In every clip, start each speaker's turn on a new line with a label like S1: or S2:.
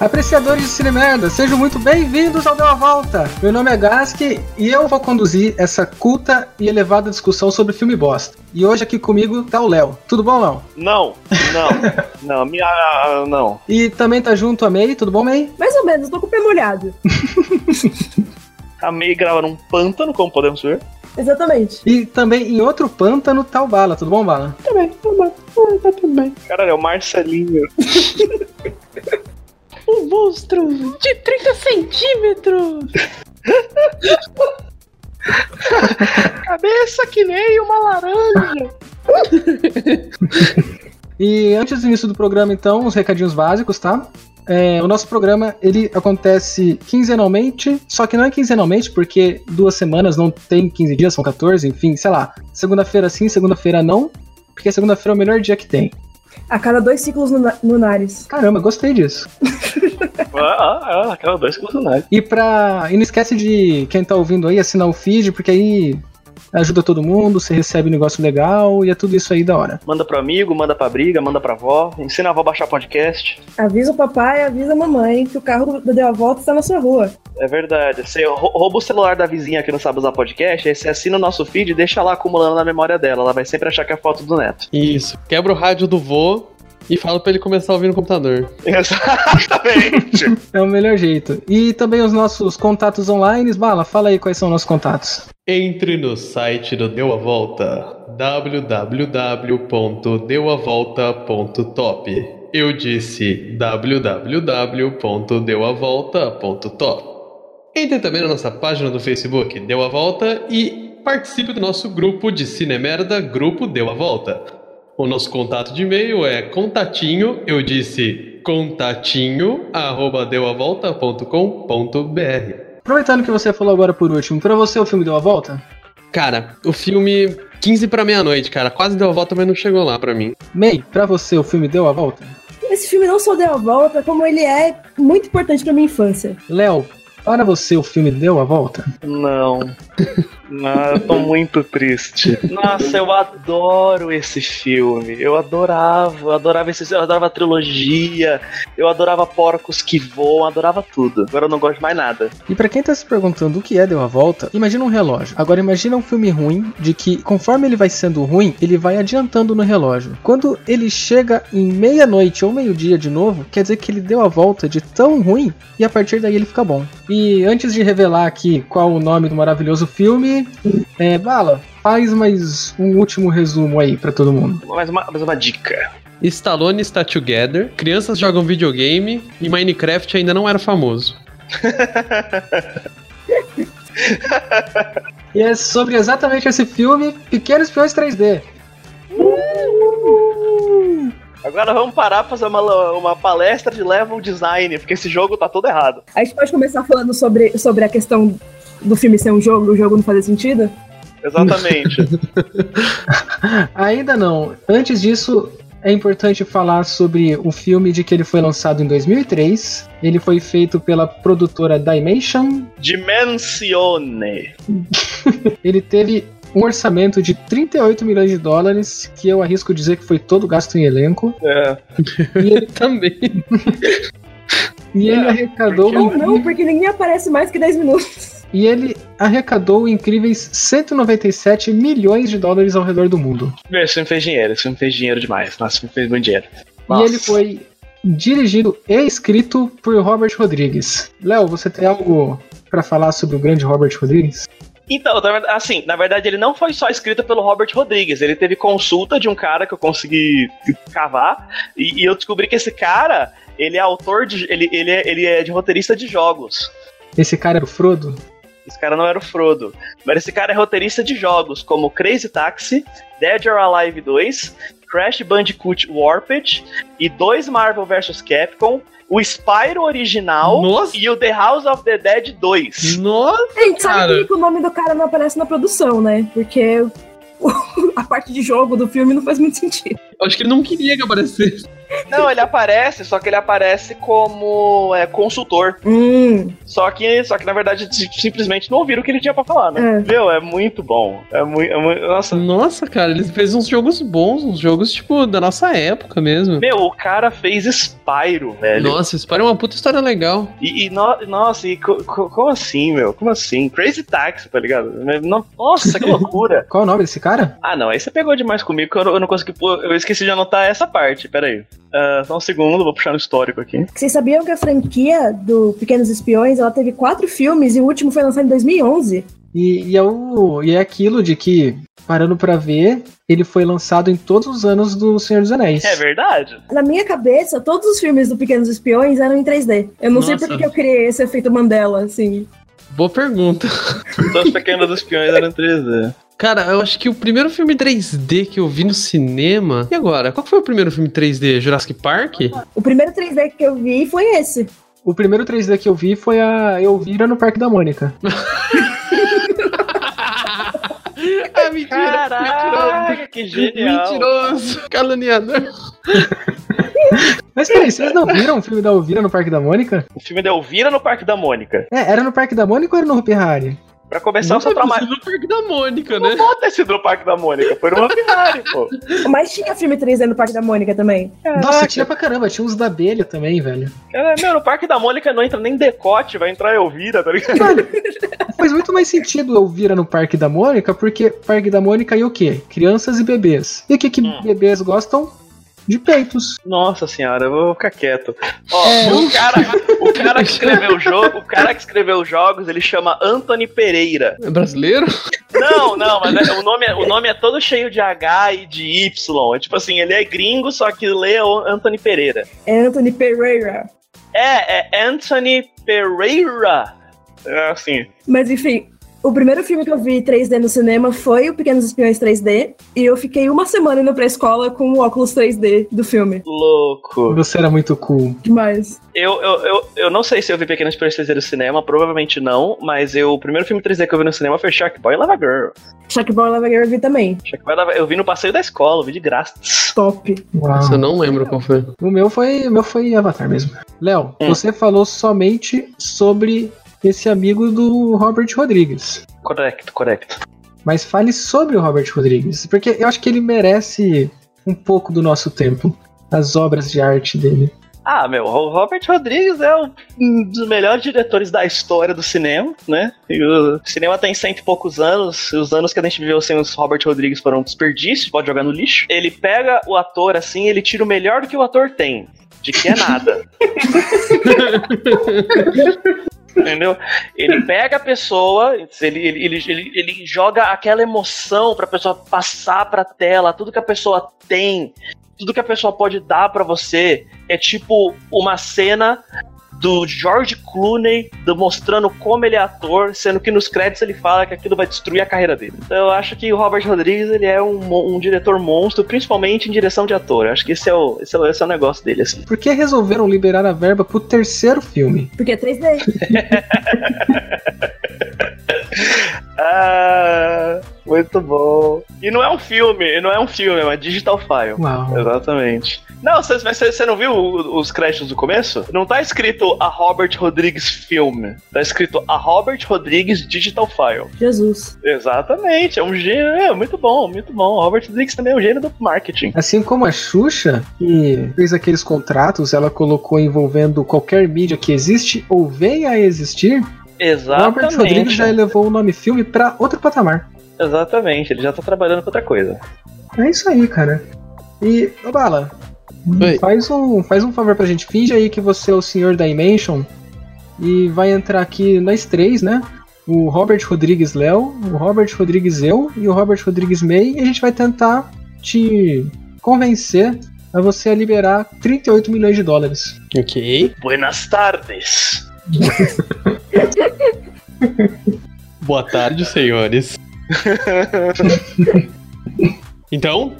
S1: Apreciadores de cine merda, sejam muito bem-vindos ao Deu a Volta. Meu nome é Gaski e eu vou conduzir essa culta e elevada discussão sobre filme bosta. E hoje aqui comigo tá o Léo. Tudo bom, Léo?
S2: Não, não, não, minha, ah, não.
S1: E também tá junto a May. Tudo bom, May?
S3: Mais ou menos, tô com o pé molhado.
S2: A May grava num um pântano, como podemos ver.
S3: Exatamente.
S1: E também em outro pântano tá o Bala. Tudo bom, Bala?
S3: Também, tá bom. Ah, Tá tudo bem.
S2: Caralho, é o Marcelinho.
S4: Um monstro de 30 centímetros! Cabeça que nem uma laranja!
S1: E antes do início do programa, então, uns recadinhos básicos, tá? É, o nosso programa ele acontece quinzenalmente, só que não é quinzenalmente, porque duas semanas não tem 15 dias, são 14, enfim, sei lá. Segunda-feira sim, segunda-feira não, porque segunda-feira é o melhor dia que tem.
S3: A cada dois ciclos luna- lunares.
S1: Caramba, gostei disso.
S2: Ah, ah, ah, aquela dois funcionários.
S1: E pra. E não esquece de quem tá ouvindo aí assinar o feed, porque aí ajuda todo mundo, você recebe um negócio legal e é tudo isso aí da hora.
S2: Manda pro amigo, manda pra briga, manda pra avó. Ensina a avó a baixar podcast.
S3: Avisa o papai, avisa a mamãe que o carro do Deu a Volta está na sua rua.
S2: É verdade. Você rou- rouba o celular da vizinha que não sabe usar podcast, aí você assina o nosso feed e deixa lá acumulando na memória dela. Ela vai sempre achar que é a foto do neto.
S5: Isso. Quebra o rádio do vô e fala pra ele começar a ouvir no computador.
S2: Exatamente.
S1: É o melhor jeito. E também os nossos contatos online. Bala, fala aí quais são os nossos contatos.
S5: Entre no site do Deu a Volta, www.deuavolta.top. Eu disse www.deuavolta.top. Entre também na nossa página do Facebook Deu a Volta e participe do nosso grupo de Cinemerda, Grupo Deu a Volta. O nosso contato de e-mail é contatinho, eu disse contatinho, arroba deuavolta.com.br.
S1: Aproveitando que você falou agora por último, pra você o filme deu a volta?
S5: Cara, o filme 15 pra meia-noite, cara, quase deu a volta, mas não chegou lá pra mim.
S1: May, pra você o filme deu a volta?
S3: Esse filme não só deu a volta, como ele é muito importante pra minha infância.
S1: Léo, para você o filme deu a volta?
S2: Não. Não, eu tô muito triste. Nossa, eu adoro esse filme. Eu adorava, eu adorava esse eu adorava a trilogia, eu adorava porcos que voam, adorava tudo. Agora eu não gosto de mais nada.
S1: E pra quem tá se perguntando o que é deu a volta, imagina um relógio. Agora imagina um filme ruim de que conforme ele vai sendo ruim, ele vai adiantando no relógio. Quando ele chega em meia-noite ou meio-dia de novo, quer dizer que ele deu a volta de tão ruim e a partir daí ele fica bom. E antes de revelar aqui qual o nome do maravilhoso filme, é Bala, faz mais um último resumo aí pra todo mundo.
S2: Mais uma, mais uma dica.
S5: Stallone está together, crianças jogam videogame e Minecraft ainda não era famoso.
S1: E é sobre exatamente esse filme, Pequenos Peões 3D.
S2: Agora vamos parar pra fazer uma, uma palestra de level design, porque esse jogo tá todo errado.
S3: A gente pode começar falando sobre, sobre a questão do filme ser um jogo, o jogo não fazer sentido?
S2: Exatamente.
S1: Ainda não. Antes disso, é importante falar sobre o filme de que ele foi lançado em 2003. Ele foi feito pela produtora Dimension.
S2: Dimensione.
S1: Ele teve um orçamento de 38 milhões de dólares, que eu arrisco dizer que foi todo gasto em elenco.
S2: É.
S5: Também.
S1: E ele
S2: É,
S1: arrecadou,
S2: porque-
S3: Ou não, porque ninguém aparece mais que 10 minutos.
S1: e ele arrecadou incríveis 197 milhões de dólares ao redor do mundo.
S2: Meu, Esse filme fez dinheiro, esse filme fez dinheiro demais. Nossa, esse filme fez muito dinheiro.
S1: E
S2: Nossa.
S1: ele foi dirigido e escrito por Robert Rodrigues. Léo, você tem algo pra falar sobre o grande Robert Rodrigues?
S2: Então, na verdade- assim, na verdade ele não foi só escrito pelo Robert Rodrigues, ele teve consulta de um cara que eu consegui cavar, e, e eu descobri que esse cara, ele é autor de. Ele, ele, é, ele é de roteirista de jogos.
S1: Esse cara era o Frodo?
S2: Esse cara não era o Frodo. Mas esse cara é roteirista de jogos, como Crazy Taxi, Dead or Alive 2, Crash Bandicoot Warped, e dois Marvel vs Capcom, o Spyro original
S5: Nossa!
S2: e o The House of the Dead 2.
S5: Nossa!
S3: A gente sabe
S5: Cara.
S3: que o nome do cara não aparece na produção, né? Porque a parte de jogo do filme não faz muito sentido.
S5: Eu Acho que ele não queria que aparecesse.
S2: Não, ele aparece, só que ele aparece como é, consultor.
S3: Hum,
S2: Só que, só que na verdade, si- simplesmente não ouviram o que ele tinha pra falar, né?
S3: É.
S2: Meu, é muito bom. É muito. nossa.
S5: Nossa, cara, ele fez uns jogos bons, uns jogos, tipo, da nossa época mesmo.
S2: Meu, o cara fez Spyro, velho.
S5: Nossa, Spyro é uma puta história legal.
S2: E, e no- nossa, e co- co- como assim, meu? Como assim? Crazy Taxi, tá ligado? No- Nossa, que loucura.
S1: Qual é o nome desse cara?
S2: Ah, não, aí você pegou demais comigo que eu não, eu não consegui. pôr- Eu esqueci de anotar essa parte, peraí. Ah, só um segundo, vou puxar no histórico aqui.
S3: Vocês sabiam que a franquia do Pequenos Espiões, ela teve quatro filmes e o último foi lançado em 2011?
S1: E, e é o- e é aquilo de que, parando pra ver, ele foi lançado em todos os anos do Senhor dos Anéis.
S2: É verdade.
S3: Na minha cabeça, todos os filmes do Pequenos Espiões eram em 3D. Eu não sei
S5: Nossa.
S3: por que que eu criei esse efeito Mandela, assim.
S5: Boa pergunta.
S2: Todos os pequenos dos peões eram né? 3D.
S5: Cara, eu acho que o primeiro filme 3D que eu vi no cinema. E agora? Qual que foi o primeiro filme 3D? Jurassic Park?
S3: O primeiro 3D que eu vi foi esse.
S1: O primeiro 3D que eu vi foi a Elvira no Parque da Mônica.
S5: ah, mentira!
S2: Caraca, que genial.
S5: Mentiroso! Caluniador!
S1: Mas peraí, vocês não viram o filme da Elvira no Parque da Mônica?
S2: O filme da Elvira no Parque da Mônica.
S1: É, era no Parque da Mônica ou era no Hopi Hari?
S2: Pra começar, eu É só trabalho.
S5: no Parque da Mônica,
S2: Não
S5: né?
S2: pode ter sido no Parque da Mônica, foi numa Ferrari, pô.
S3: Mas tinha filme 3D no Parque da Mônica também.
S2: É.
S1: Nossa,
S2: Ah,
S1: tinha pra caramba, tinha uns da abelha também, velho.
S2: Cara, é, meu, no Parque da Mônica não entra nem decote, vai entrar Elvira, tá ligado?
S1: Faz muito mais sentido Elvira no Parque da Mônica, porque Parque da Mônica e o quê? Crianças e bebês. E o que, que
S2: Hum.
S1: bebês gostam? De peitos.
S2: Nossa senhora, eu vou ficar quieto. Ó, o, cara, o cara que escreveu o jogo, o cara que escreveu os jogos, ele chama Anthony Pereira.
S5: É brasileiro?
S2: Não, não, mas é- o, nome é, o nome é todo cheio de H e de Y. É tipo assim, ele é gringo, só que lê o Anthony Pereira.
S3: É Anthony Pereira.
S2: É, é Anthony Pereira. É assim.
S3: Mas enfim, o primeiro filme que eu vi 3D no cinema foi o Pequenos Espiões 3D. E eu fiquei uma semana indo pra escola com o óculos 3D do filme.
S2: Louco.
S1: Você era muito cool.
S3: Demais.
S2: Eu, eu, eu, eu não sei se eu vi Pequenas Pereira 3D no cinema, provavelmente não, mas eu, o primeiro filme 3D que eu vi no cinema foi Shark Boy e Lava Girl.
S3: Chuck Ball Lava Girl eu vi também.
S2: Shark Boy e Lava, eu vi no passeio da escola, eu vi de graça.
S3: Top.
S1: Uau.
S5: Nossa, eu não lembro qual foi.
S1: O meu foi, o meu foi Avatar mesmo. Léo,
S2: Hum.
S1: você falou somente sobre esse amigo do Robert Rodrigues.
S2: Correto, correto.
S1: Mas fale sobre o Robert Rodrigues, porque eu acho que ele merece um pouco do nosso tempo, as obras de arte dele.
S2: Ah, meu, o Robert Rodrigues é um dos melhores diretores da história do cinema, né? E o cinema tem cento e poucos anos, e os anos que a gente viveu sem os Robert Rodrigues foram um desperdício, pode jogar no lixo. Ele pega o ator assim, ele tira o melhor do que o ator tem, de que é nada. Entendeu? Ele pega a pessoa, ele, ele, ele, ele, ele joga aquela emoção pra pessoa passar pra tela, tudo que a pessoa tem, tudo que a pessoa pode dar pra você. É tipo uma cena do George Clooney do- mostrando como ele é ator, sendo que nos créditos ele fala que aquilo vai destruir a carreira dele. Então eu acho que o Robert Rodrigues ele é um, mo- um diretor monstro, principalmente em direção de ator. Eu acho que esse é o, esse é o, esse é o negócio dele, assim.
S1: Por que resolveram liberar a verba pro terceiro filme?
S3: Porque é 3D.
S2: Ah, muito bom. E não é um filme, não é um filme, é uma digital file.
S1: Uau.
S2: Exatamente. Não, você, mas você- você não viu o- os créditos do começo? Não tá escrito a Robert Rodrigues Film. Tá escrito a Robert Rodrigues Digital File.
S3: Jesus.
S2: Exatamente, é um gênio. É muito bom, muito bom. O Robert Rodrigues também é um gênio do marketing.
S1: Assim como a Xuxa, que fez aqueles contratos, ela colocou envolvendo qualquer mídia que existe ou venha a existir, Robert Rodrigues já
S5: é
S2: Exatamente.
S1: elevou o nome filme pra outro patamar.
S2: Exatamente, ele já tá trabalhando com outra coisa.
S1: É isso aí, cara. E, ô Bala,
S5: Oi.
S1: faz um, faz um favor pra gente. Finge aí que você é o senhor da Dimension e vai entrar aqui nós três, né? O Robert Rodrigues Léo, o Robert Rodrigues eu e o Robert Rodrigues May. E a gente vai tentar te convencer a você a liberar 38 milhões de dólares.
S5: Ok.
S2: Buenas tardes.
S5: Boa tarde, senhores. então, o que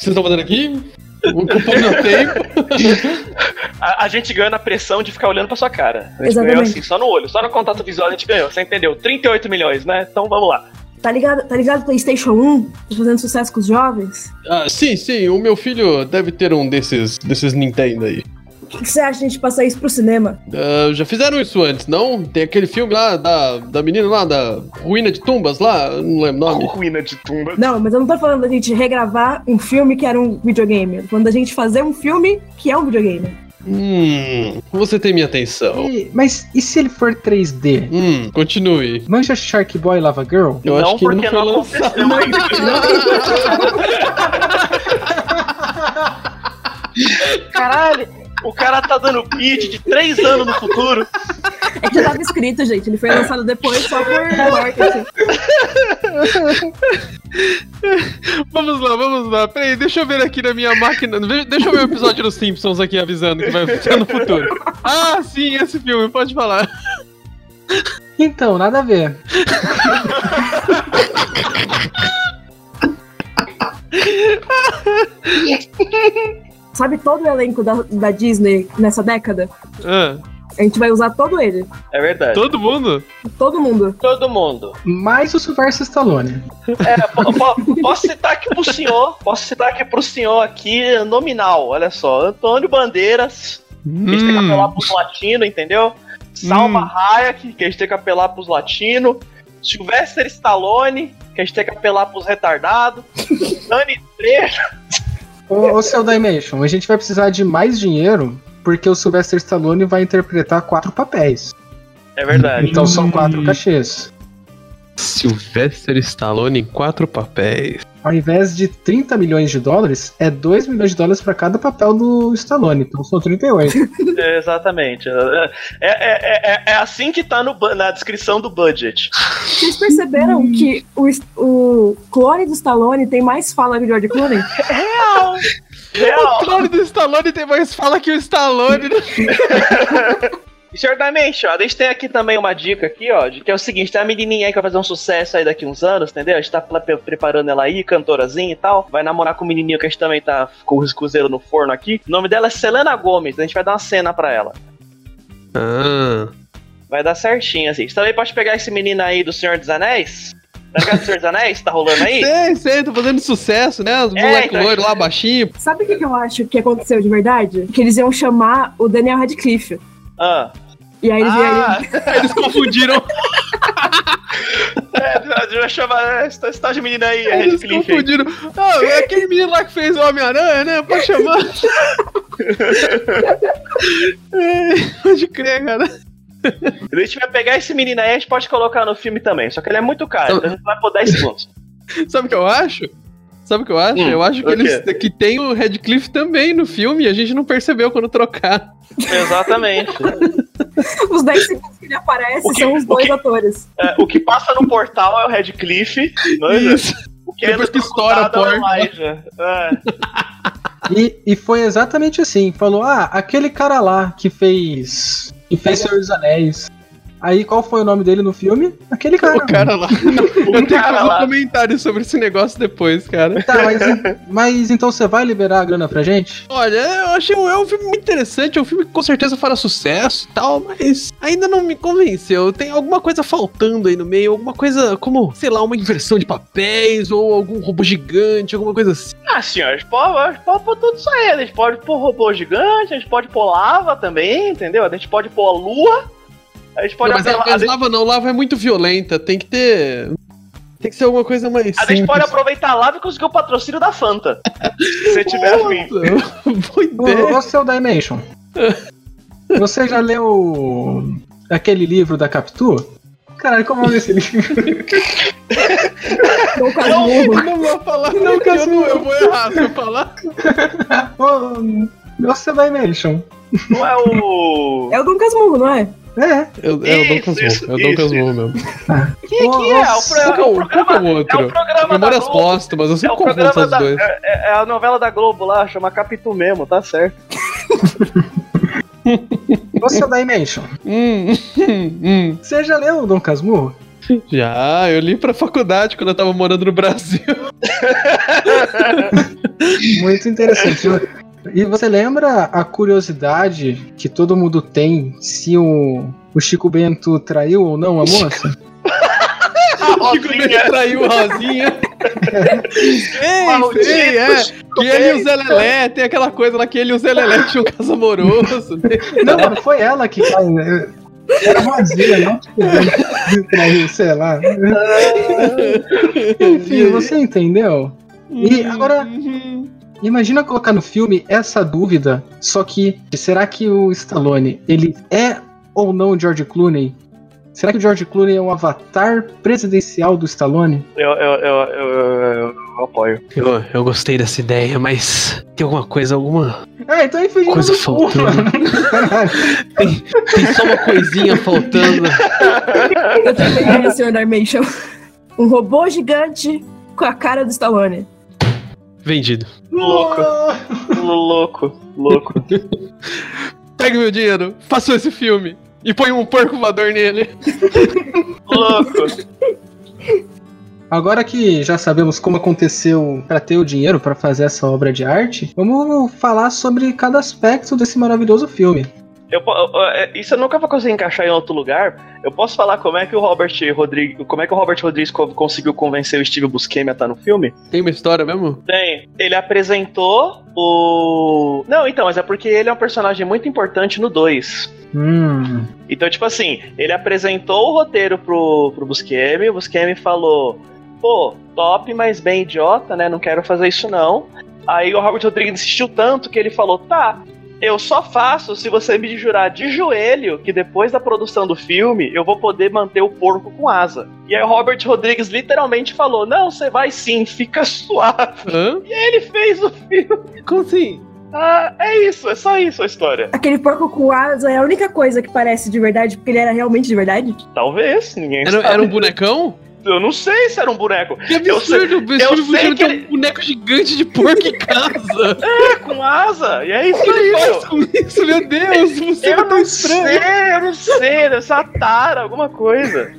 S5: vocês estão fazendo aqui? Ocupando meu tempo.
S2: A, a gente ganhou na pressão de ficar olhando pra sua cara. A gente
S3: Exatamente.
S2: ganhou assim, só no olho, só no contato visual a gente ganhou. Você entendeu? 38 milhões, né? Então vamos lá.
S3: Tá ligado, tá ligado PlayStation 1? Tá fazendo sucesso com os jovens?
S5: Ah, sim, sim, o meu filho deve ter um desses, desses Nintendo aí.
S3: O que, que você acha de a gente passar isso pro cinema?
S5: Ah, já fizeram isso antes, não? Tem aquele filme lá da, da menina lá, da Ruína de Tumbas lá, eu não lembro o nome.
S2: Ruína de tumba.
S3: Não, mas eu não tô falando da gente regravar um filme que era um videogame. Eu tô falando da gente fazer um filme que é um videogame.
S5: Hum, você tem minha atenção.
S1: E- mas e se ele for 3D?
S5: Hum, continue.
S1: Manja Shark Boy e Lava Girl?
S5: Eu
S2: não
S5: acho que
S2: porque
S5: não foi
S2: não
S5: lançado.
S2: aconteceu ainda. Caralho, o cara tá dando pitch de três anos no futuro.
S3: É que já tava escrito, gente. Ele foi lançado depois só por marketing.
S5: Vamos lá, vamos lá. Peraí, deixa eu ver aqui na minha máquina. Ve- Deixa eu ver o episódio dos Simpsons aqui avisando que vai ser no futuro. Ah, sim, esse filme, pode falar.
S1: Então, nada a ver.
S3: Sabe todo o elenco da, da Disney nessa década?
S5: Ah,
S3: A gente vai usar todo ele.
S2: É verdade.
S5: todo mundo?
S3: Todo mundo.
S2: Todo mundo.
S1: Mais o Sylvester Stallone.
S2: É, po- po- posso citar aqui pro senhor, posso citar aqui pro senhor aqui nominal, olha só. Antônio Bandeiras, que a gente tem que apelar pros latinos, entendeu? Salma
S5: Hum.
S2: Hayek, que a gente tem que apelar pros latinos. Sylvester Stallone, que a gente tem que apelar pros retardados. Dani Trejo.
S1: Ô, ô seu Dimension, a gente vai precisar de mais dinheiro porque o Sylvester Stallone vai interpretar quatro papéis.
S2: É verdade.
S1: Então são quatro cachês.
S5: Sylvester Stallone em quatro papéis.
S1: Ao invés de 30 milhões de dólares, é 2 milhões de dólares para cada papel do Stallone. Então são 38.
S2: É, exatamente. É, é- é- é- é assim que tá no, bu- na descrição do budget.
S3: Vocês perceberam que o, es- o clone do Stallone tem mais fala que o George Clooney?
S2: Real!
S5: O
S2: Real!
S5: clone do Stallone tem mais fala que o Stallone. né?
S2: Senhor Dimension, a gente tem aqui também uma dica aqui, ó, de que é o seguinte, tem uma menininha aí que vai fazer um sucesso aí daqui uns anos, entendeu? A gente tá pre- preparando ela aí, cantorazinha e tal, vai namorar com o menininho que a gente também tá com o cruzeiro no forno aqui. O nome dela é Selena Gomes, a gente vai dar uma cena pra ela.
S5: Ah,
S2: Vai dar certinho, assim. Você também pode pegar esse menino aí do Senhor dos Anéis? Tá ligado, Senhor dos Anéis? Tá rolando aí?
S5: sei, sei, tô tá fazendo sucesso, né? Os
S2: É,
S5: moleques
S2: então-
S5: loiros lá baixinho.
S3: Sabe o que, que eu acho que aconteceu de verdade? Que eles iam chamar o Daniel Radcliffe.
S2: Ah.
S3: E aí eles
S2: ah.
S3: iam.
S5: Eles confundiram,
S2: É, eu chamar. Está de menina aí, a É Red
S5: eles
S2: Cliff aí.
S5: confundiram. Ah, é aquele menino lá que fez o Homem-Aranha, né? Pode chamar. É, pode crer, cara.
S2: Se a gente vai pegar esse menino aí, a gente pode colocar no filme também. Só que ele é muito caro,
S5: Então-
S2: então a gente vai por 10 pontos.
S5: Sabe o que eu acho? Sabe o que eu acho?
S2: Hum,
S5: eu acho que,
S2: o
S5: eles, que tem o Radcliffe também no filme e a gente não percebeu quando trocar.
S2: Exatamente.
S3: Os 10 segundos que ele aparece
S2: O que-
S3: são os
S2: o
S3: dois
S2: que-
S3: atores.
S2: É, o que passa no portal é o Red Cliff.
S5: Isso.
S2: O que
S5: Depois
S2: é
S5: que estoura a
S2: executado é o
S5: porta.
S2: Elijah. É.
S1: E, e foi exatamente assim. Falou: ah, aquele cara lá que fez. que fez Senhor dos Anéis. Aí qual foi o nome dele no filme? Aquele cara.
S5: O cara lá. eu tenho que
S2: cara
S5: fazer
S2: lá.
S5: um comentário sobre esse negócio depois, cara.
S1: Tá, mas, mas então você vai liberar a grana pra gente?
S5: Olha, eu achei um, é um filme muito interessante, é um filme que com certeza fará sucesso e tal, mas ainda não me convenceu. Tem alguma coisa faltando aí no meio, alguma coisa como, sei lá, uma inversão de papéis ou algum robô gigante, alguma coisa assim.
S2: Ah, senhor, a gente pode, a gente pode pôr tudo isso aí. A gente pode pôr robô gigante, a gente pode pôr lava também, entendeu? A gente pode pôr a lua. A gente pode
S5: Não, mas
S2: apelar- a
S5: mas
S2: gente-
S5: lava não, lava é muito violenta, tem que ter. Tem que ser alguma coisa mais.
S2: A gente pode
S5: simples.
S2: aproveitar a lava e conseguir o patrocínio da Fanta. Se você tiver afim. assim.
S5: Nossa,
S1: Ô,
S5: Boa ideia.
S1: ô, seu Dimension. Você já leu aquele livro da Captu? Caralho, como é o nome desse livro?
S3: Dom Casmurro.
S5: Não vou falar,
S1: Não,
S5: não, que eu, não,
S1: Casimiro.
S5: eu vou errar se eu falar.
S1: Ô, ô, seu Dimension.
S2: Não é o.
S3: É o Dom Casmurro, não é?
S1: É.
S2: é
S5: Eu,
S2: o Dom Isso, Casmurro, isso, é o Dom isso, Casmurro
S5: mesmo.
S2: Que, que é? O, pro-
S1: Ô,
S2: é
S5: Qual que é
S2: o
S5: o, qual que é o
S2: programa. É o
S5: outro?
S2: programa da
S5: Memórias
S2: Globo.
S5: póstumas, eu
S2: É
S5: sempre
S2: o
S5: confundo
S2: programa
S5: essas
S2: da.
S5: duas.
S2: É, é- é a novela da Globo lá, chama Capitu mesmo, tá certo.
S1: ô, seu Dimension.
S5: Hum, hum,
S1: Você já leu o Dom Casmurro?
S5: hum. Já, eu li pra faculdade quando eu tava morando no Brasil.
S1: Muito interessante. E você lembra a curiosidade que todo mundo tem se o, o Chico Bento traiu ou não a moça?
S2: A
S5: Chico Bento traiu Rosinha. ei,
S2: Maldito
S5: sei, é. Que ele e o
S2: tá.
S5: Zé Lelé, tem aquela coisa lá que ele e o Zé Lelé tinham um caso amoroso. né?
S1: Não, mano, foi ela que traiu. né? Era vazia, não o Chico Bento traiu, sei lá.
S3: Uhum.
S1: Enfim, você entendeu? E agora- Imagina colocar no filme essa dúvida, só que será que o Stallone, ele é ou não o George Clooney? Será que o George Clooney é um avatar presidencial do Stallone?
S2: Eu, eu, eu, eu- eu apoio.
S6: Eu, eu gostei dessa ideia, mas tem alguma coisa, alguma.
S1: Ah, então é fingindo
S6: Coisa
S1: do cu,
S6: faltando.
S1: mano.
S6: Tem só uma coisinha faltando.
S3: Eu também amo o Sr. Darmation. Um robô gigante com a cara do Stallone.
S6: Vendido.
S2: Louco, louco, louco.
S5: Pega meu dinheiro, faço esse filme e põe um porco voador nele.
S2: Louco.
S1: Agora que já sabemos como aconteceu para ter o dinheiro para fazer essa obra de arte, vamos falar sobre cada aspecto desse maravilhoso filme.
S2: Eu po- eu- eu- isso eu nunca vou conseguir encaixar em outro lugar. Eu posso falar como é que o Robert Rodrigues, como é que o Robert Rodrigues co- conseguiu convencer o Steve Buscemi a estar no filme?
S5: Tem uma história mesmo?
S2: Tem. Ele apresentou o Não, então, mas é porque ele é um personagem muito importante no 2.
S1: Hum.
S2: Então, tipo assim, ele apresentou o roteiro pro, pro Buscemi, o Buscemi falou: pô, top, mas bem idiota, né? Não quero fazer isso não. Aí o Robert Rodrigues insistiu tanto que ele falou: tá, eu só faço se você me jurar de joelho que depois da produção do filme eu vou poder manter o porco com asa. E aí o Robert Rodrigues literalmente falou: não, você vai sim, fica suave.
S5: Hã?
S2: E aí ele fez o filme.
S5: Como assim?
S2: Ah, é isso, é só isso a história.
S3: Aquele porco com asa é a única coisa que parece de verdade, porque ele era realmente de verdade.
S2: Talvez, ninguém
S5: Era,
S2: sabe.
S5: era um bonecão?
S2: Eu não sei se era um boneco.
S5: Que absurdo! O
S2: eu
S5: Steve
S2: sei
S5: Buscemi
S2: que
S5: tem um boneco gigante de porco em casa!
S2: É, com asa. E é isso que
S5: Olha
S2: ele falou.
S5: isso, isso, meu Deus! Você é
S2: Eu
S5: tão
S2: não
S5: estranho!
S2: sei, eu não sei, deve ser uma tara, alguma coisa.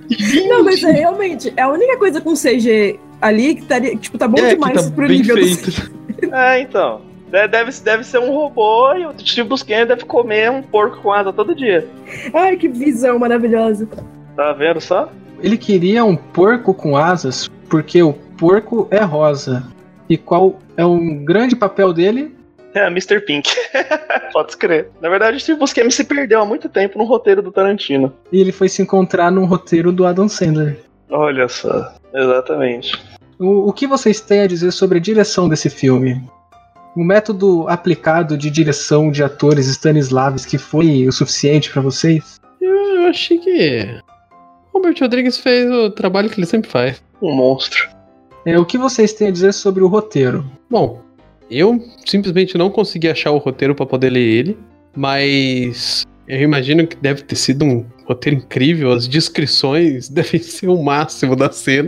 S3: Não, mas é realmente é a única coisa com CG ali que estaria, tipo, tá bom
S5: É, que
S3: demais
S5: tá
S3: pro
S5: bem
S3: nível do-
S5: feito.
S2: É, então. De- Deve, deve ser um robô e o Steve Buscemi deve comer um porco com asa todo dia.
S3: Ai, que visão maravilhosa.
S2: Tá vendo só?
S1: Ele queria um porco com asas porque o porco é rosa. E qual é um grande papel dele?
S2: É, Mr. Pink. Pode crer. Na verdade, o Steve Buscemi se perdeu há muito tempo no roteiro do Tarantino.
S1: E ele foi se encontrar no roteiro do Adam Sandler.
S2: Olha só. Exatamente.
S1: O, o que vocês têm a dizer sobre a direção desse filme? O método aplicado de direção de atores Stanislavski foi o suficiente para vocês?
S5: Ah, Eu achei que. Robert Rodrigues fez o trabalho que ele sempre faz.
S2: Um monstro.
S1: É, o que vocês têm a dizer sobre o roteiro?
S5: Bom, eu simplesmente não consegui achar o roteiro pra poder ler ele, mas eu imagino que deve ter sido um roteiro incrível, as descrições devem ser o máximo da cena.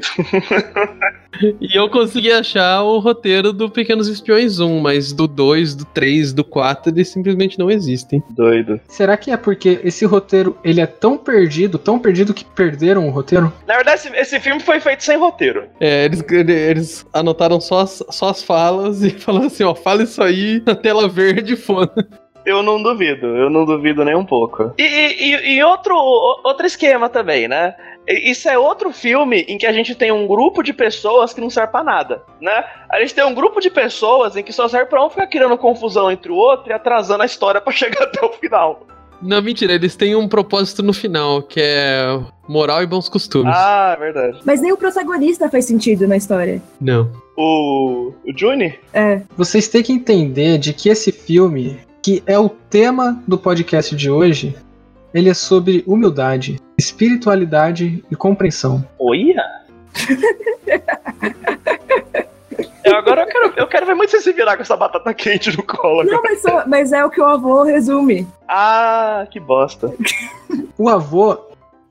S5: e eu consegui achar o roteiro do Pequenos Espiões 1, mas do 2, do 3, do 4, eles simplesmente não existem.
S2: Doido.
S1: Será que é porque esse roteiro ele é tão perdido, tão perdido que perderam o roteiro?
S2: Na verdade, esse, esse filme foi feito sem roteiro.
S5: É, eles, eles anotaram só as, só as falas e falaram assim, ó, fala isso aí na tela verde, foda.
S2: Eu não duvido, eu não duvido nem um pouco. E, e- e- e outro, o- outro esquema também, né? E- Isso é outro filme em que a gente tem um grupo de pessoas que não serve pra nada, né? A gente tem um grupo de pessoas em que só serve pra um ficar criando confusão entre o outro e atrasando a história pra chegar até o final.
S5: Não, mentira, eles têm um propósito no final, que é moral e bons costumes.
S2: Ah, é verdade.
S3: Mas nem o protagonista faz sentido na história.
S5: Não.
S2: O, o Juni?
S3: É.
S1: Vocês têm que entender de que esse filme, que é o tema do podcast de hoje, ele é sobre humildade, espiritualidade e compreensão.
S2: Olha! Eu- Agora eu quero, eu quero ver muito você se virar com essa batata quente no colo.
S3: Não, mas, só- mas é o que o avô resume.
S2: Ah, que bosta.
S1: O avô,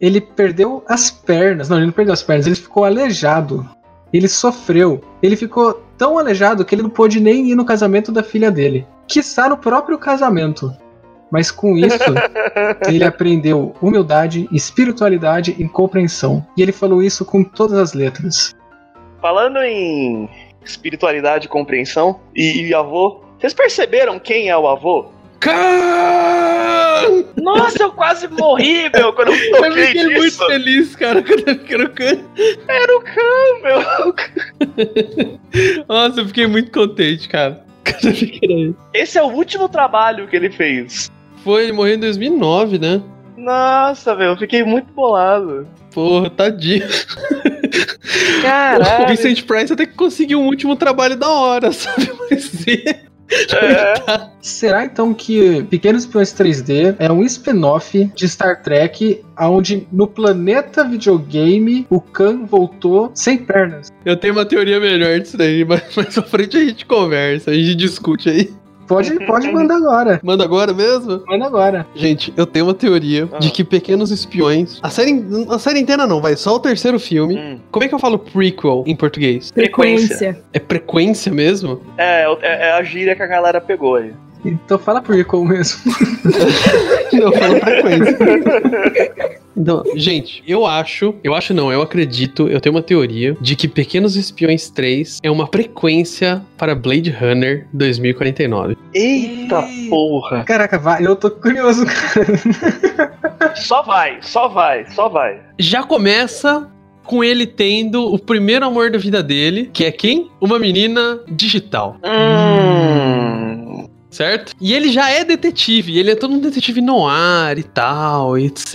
S1: ele perdeu as pernas. Não, ele não perdeu as pernas, ele ficou aleijado. Ele sofreu. Ele ficou tão aleijado que ele não pôde nem ir no casamento da filha dele. Quiçá no próprio casamento. Mas com isso, ele aprendeu humildade, espiritualidade e compreensão. E ele falou isso com todas as letras.
S2: Falando em espiritualidade, compreensão e, e avô, vocês perceberam quem é o avô?
S5: Can!
S2: Nossa, eu quase morri, meu, quando eu
S5: Eu
S2: toquei
S5: fiquei
S2: disso.
S5: muito feliz, cara, quando eu fiquei no can.
S2: Era o Khan, meu.
S5: Nossa, eu fiquei muito contente, cara. Quando eu fiquei no-
S2: Esse é o último trabalho que ele fez.
S5: Foi, ele morreu em 2009, né?
S2: Nossa, meu, eu fiquei muito bolado.
S5: Porra, tadinho. O
S2: Caralho.
S5: Vincent Price até que conseguiu um último trabalho da hora, sabe? Mas ele-
S2: É.
S1: Será então que Pequenos Espiões 3D é um spin-off de Star Trek, onde no planeta videogame o Khan voltou sem pernas?
S5: Eu tenho uma teoria melhor disso daí, mas mais pra frente a gente conversa, a gente discute aí.
S1: Pode, pode mandar agora.
S5: Manda agora mesmo?
S1: Manda agora.
S5: Gente, eu tenho uma teoria
S2: Ah.
S5: de que Pequenos Espiões. A série, a série inteira não, vai só o terceiro filme.
S2: Hum.
S5: Como é que eu falo prequel em português?
S2: Frequência.
S5: É frequência mesmo?
S2: É, é, é a gíria que a galera pegou aí.
S1: Então fala por Recall mesmo.
S5: Não, eu falo frequência. Então, gente, eu acho, eu acho não, eu acredito, eu tenho uma teoria de que Pequenos Espiões 3 é uma frequência para Blade Runner 2049.
S2: Eita
S1: Ih.
S2: porra!
S1: Caraca, vai, eu tô curioso.
S2: Só vai, só vai, só vai.
S5: Já começa com ele tendo o primeiro amor da vida dele, que é quem? Uma menina digital.
S2: Hum.
S5: certo? E ele já é detetive, ele é todo um detetive no ar e tal, e etc.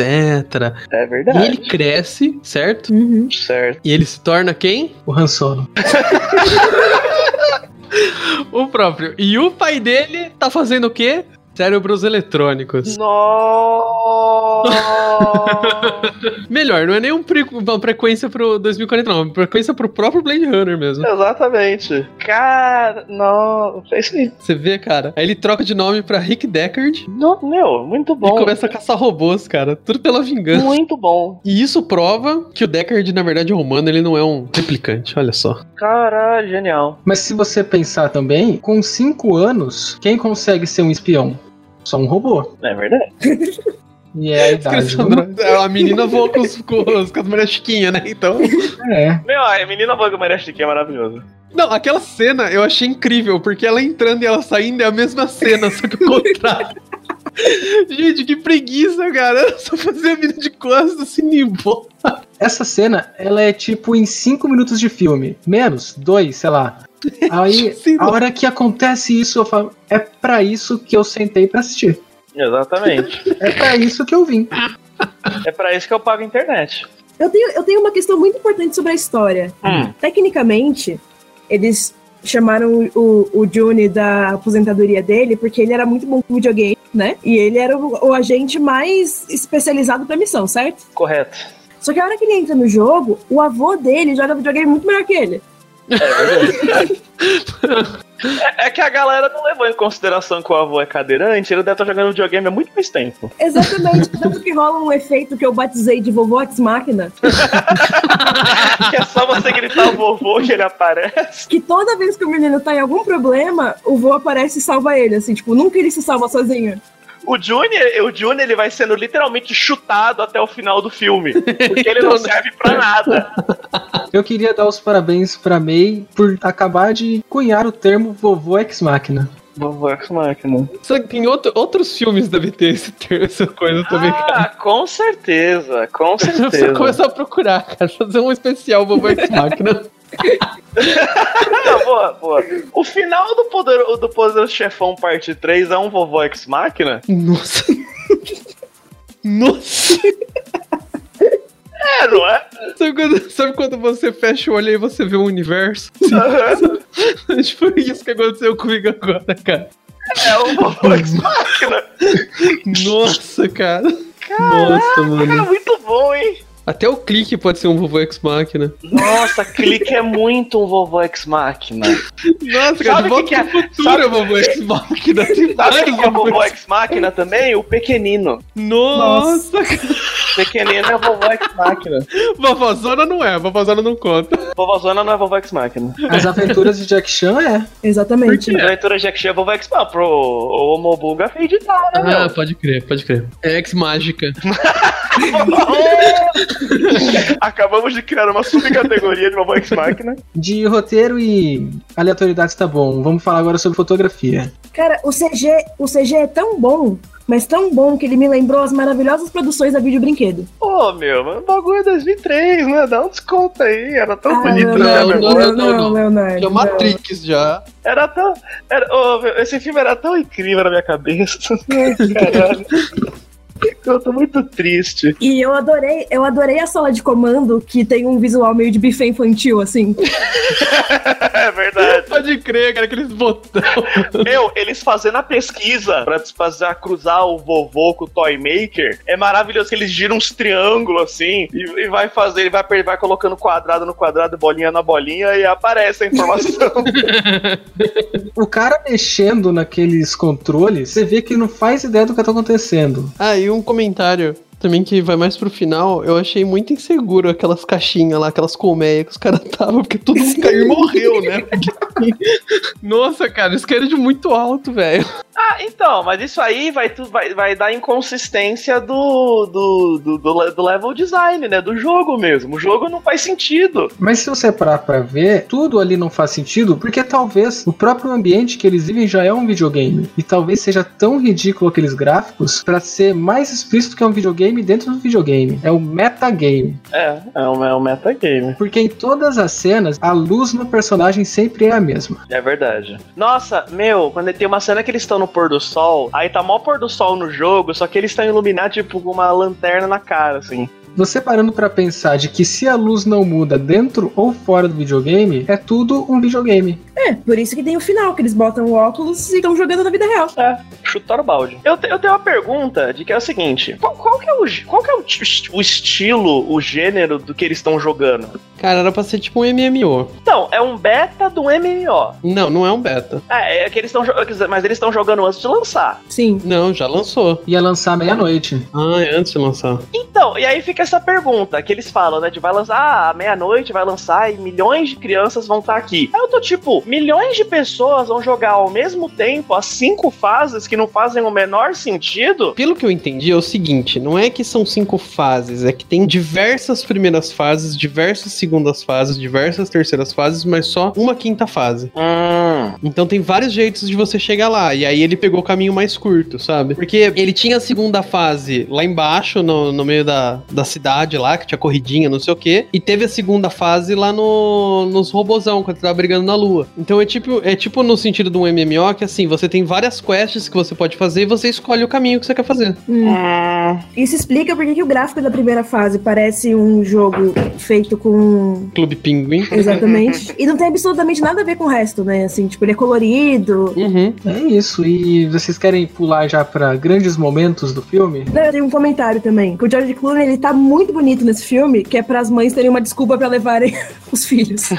S2: É
S5: E
S2: verdade.
S5: ele cresce, certo?
S3: Uhum.
S2: Certo.
S5: E ele se torna quem?
S1: O Han Solo.
S5: O próprio. E o pai dele tá fazendo o quê? Cérebros eletrônicos.
S2: Nossa!
S5: Melhor, não é nem um pre- uma frequência pro 2049, é uma frequência pro próprio Blade Runner mesmo.
S2: Exatamente. Cara, não. É isso aí.
S5: Você vê, cara. Aí ele troca de nome pra Rick Deckard
S2: Não, meu, muito
S5: e
S2: bom.
S5: começa a caçar robôs, cara. Tudo pela vingança.
S2: Muito bom.
S5: E isso prova que o Deckard, na verdade, é humano, ele não é um replicante, olha só.
S2: Caralho, genial.
S1: Mas se você pensar também, com 5 anos, quem consegue ser um espião? Só um robô.
S2: É verdade.
S1: E é a idade.
S5: Cristiano Ronaldo. É, a menina voa com, os, com, os- com as mulheres chiquinhas, né? Então.
S1: É.
S2: Meu, a menina Bug merece que é maravilhoso.
S5: Não, aquela cena eu achei incrível, porque ela entrando e ela saindo é a mesma cena, só que o contrário. Gente, que preguiça, cara. Era só fazer a menina de costas assim, e ir embora.
S1: Essa cena, ela é tipo em 5 minutos de filme. Menos, 2, sei lá. Aí,
S5: Sei
S1: a
S5: lá.
S1: hora que acontece isso, eu falo, é pra isso que eu sentei pra assistir.
S2: Exatamente.
S1: É pra isso que eu vim.
S2: é pra isso que eu pago a internet.
S3: Eu tenho, eu tenho uma questão muito importante sobre a história.
S2: Hum.
S3: Tecnicamente, eles chamaram o, o Juni da aposentadoria dele porque ele era muito bom com videogame, né? E ele era o, o agente mais especializado pra missão, certo?
S2: Correto.
S3: Só que a hora que ele entra no jogo, o avô dele joga videogame muito melhor que ele.
S2: É que a galera não levou em consideração que o avô é cadeirante, ele deve estar jogando videogame há muito mais tempo.
S3: Exatamente. Tanto que rola um efeito que eu batizei de vovô ex máquina,
S2: Que é só você gritar vovô que ele aparece.
S3: que toda vez que o menino tá em algum problema, o vô aparece e salva ele, assim, tipo, nunca ele se salva sozinho.
S2: O Junior, o Junior ele vai sendo literalmente chutado até o final do filme. Porque ele não serve pra nada.
S1: Eu queria dar os parabéns pra May por acabar de cunhar o termo vovô ex-máquina.
S2: Vovô é máquina.
S5: Só que tem outro- outros filmes da BT esse ter essa coisa também.
S2: Ah, com certeza, com
S5: Eu preciso
S2: certeza.
S5: começar a procurar, cara. Fazer um especial Bobo Ex Machina.
S2: Ah, boa, boa. O final do Poderoso, do Poderoso Chefão Parte 3 é um vovô ex-máquina?
S5: Nossa. Nossa.
S2: É, não é?
S5: Sabe quando, sabe quando você fecha o olho e você vê o universo?
S2: Aham.
S5: Tipo, isso que aconteceu comigo agora, cara.
S2: É um vovô ex-máquina.
S5: Nossa, cara.
S1: Nossa,
S2: Cara, é muito bom, hein?
S5: Até o clique pode ser um vovô ex-máquina.
S2: Nossa, clique é muito um vovô ex-máquina.
S5: Nossa, cara,
S2: Sabe
S5: de
S2: o que,
S5: volta
S2: que é?
S5: pro futuro é
S2: Sabe,
S5: vovô né? ex-máquina. Tem
S2: sabe o
S5: vários
S2: que, que é
S5: vovô
S2: vovô
S5: ex-
S2: ex-máquina também? O pequenino.
S5: Nossa, cara.
S2: Pequenino é vovô ex-máquina.
S5: Vovózona não é, vovózona não conta.
S2: Vovózona não é vovô ex-máquina.
S1: As aventuras de Jack Chan é.
S3: Exatamente.
S2: A leitura Jack Chan é vovô ex-máquina. Pro o Homobuga fez de tal,
S5: Ah.
S2: né, meu?
S5: pode crer, pode crer. É ex-mágica.
S2: Acabamos de criar uma subcategoria de vovô ex-máquina.
S1: De roteiro e aleatoriedade tá bom. Vamos falar agora sobre fotografia.
S3: Cara, o CG, o CG é tão bom, mas tão bom que ele me lembrou as maravilhosas produções da Vídeo Brinquedo.
S2: Pô, meu, mas o bagulho é 2003, né? Dá um desconto aí. Era tão
S3: Ah,
S2: bonito,
S5: não,
S2: né,
S5: não,
S2: meu?
S5: não.
S3: Leonardo.
S2: é.
S5: Já É Matrix já.
S2: Era tão. Era, ô, meu, esse filme era tão incrível na minha cabeça. Ai, Caralho. Eu tô muito triste.
S3: E eu adorei, eu adorei a sala de comando que tem um visual meio de buffet infantil, assim.
S2: É verdade.
S5: Pode crer, cara, aqueles botões.
S2: Meu, eles fazendo a pesquisa pra desfazer, cruzar o vovô com o Toy Maker, é maravilhoso que eles giram uns triângulos assim e, e vai fazer, ele vai, per- vai colocando quadrado no quadrado, bolinha na bolinha e aparece a informação.
S1: O cara mexendo naqueles controles, você vê que não faz ideia do que tá acontecendo.
S5: Ah, e um comentário também que vai mais pro final. Eu achei muito inseguro aquelas caixinhas lá, aquelas colmeias que os caras estavam, porque todo mundo caiu e morreu, né? Nossa, cara, isso caíram de muito alto, velho.
S2: ah, então, mas isso aí vai, tu- vai, vai dar inconsistência do do, do, do le- do level design, né? Do jogo mesmo. O jogo não faz sentido.
S1: Mas se você parar pra ver, tudo ali não faz sentido, porque talvez o próprio ambiente que eles vivem já é um videogame. E talvez seja tão ridículo aqueles gráficos pra ser mais explícito que é um videogame dentro do videogame. É o metagame.
S2: É, é um, é um metagame.
S1: Porque em todas as cenas, a luz no personagem sempre é a mesma.
S2: É verdade. Nossa, meu, quando tem uma cena que eles estão no pôr do sol, aí tá mó pôr do sol no jogo, só que eles estão iluminados, tipo, com uma lanterna na cara, assim.
S1: Você parando pra pensar de que se a luz não muda dentro ou fora do videogame, é tudo um videogame.
S3: É, por isso que tem o final, que eles botam o óculos e estão jogando na vida real.
S2: É, chutaram o balde. Eu, te- eu tenho uma pergunta de que é o seguinte: qual, qual que é, o, gê- qual que é o, ti- o estilo, o gênero do que eles estão jogando?
S5: Cara, era pra ser tipo um MMO.
S2: Não, é um beta do MMO.
S5: Não, não é um beta.
S2: É, é que eles estão Mas eles estão jogando antes de lançar.
S3: Sim.
S5: Não, já lançou.
S1: Ia é lançar meia-noite.
S5: Ah, é antes de lançar.
S2: Então, e aí fica essa pergunta que eles falam, né? De vai lançar ah, à meia-noite, vai lançar e milhões de crianças vão estar aqui. Aí eu tô tipo, milhões de pessoas vão jogar ao mesmo tempo as cinco fases que não fazem o menor sentido.
S5: Pelo que eu entendi, é o seguinte: não é que são cinco fases, é que tem diversas primeiras fases, diversas segundas fases, diversas terceiras fases, mas só uma quinta fase.
S2: Hum.
S5: Então tem vários jeitos de você chegar lá. E aí ele pegou o caminho mais curto, sabe? Porque ele tinha a segunda fase lá embaixo, no, no meio da, da cidade lá, que tinha corridinha, não sei o quê. E teve a segunda fase lá no, nos robozão, quando tava brigando na lua. Então é tipo, é tipo no sentido de um MMO que assim, você tem várias quests que você pode fazer e você escolhe o caminho que você quer fazer.
S3: Hum.
S2: Hum.
S3: Isso explica porque que o gráfico da primeira fase parece um jogo feito com.
S5: Clube Pinguim.
S3: Exatamente. e não tem absolutamente nada a ver com o resto, né? Assim, tipo, ele é colorido.
S5: Uhum.
S1: É isso. E vocês querem pular já pra grandes momentos do filme?
S3: Não, eu tenho um comentário também. Que o George Clooney, ele tá muito bonito nesse filme, que é pras mães terem uma desculpa pra levarem os filhos.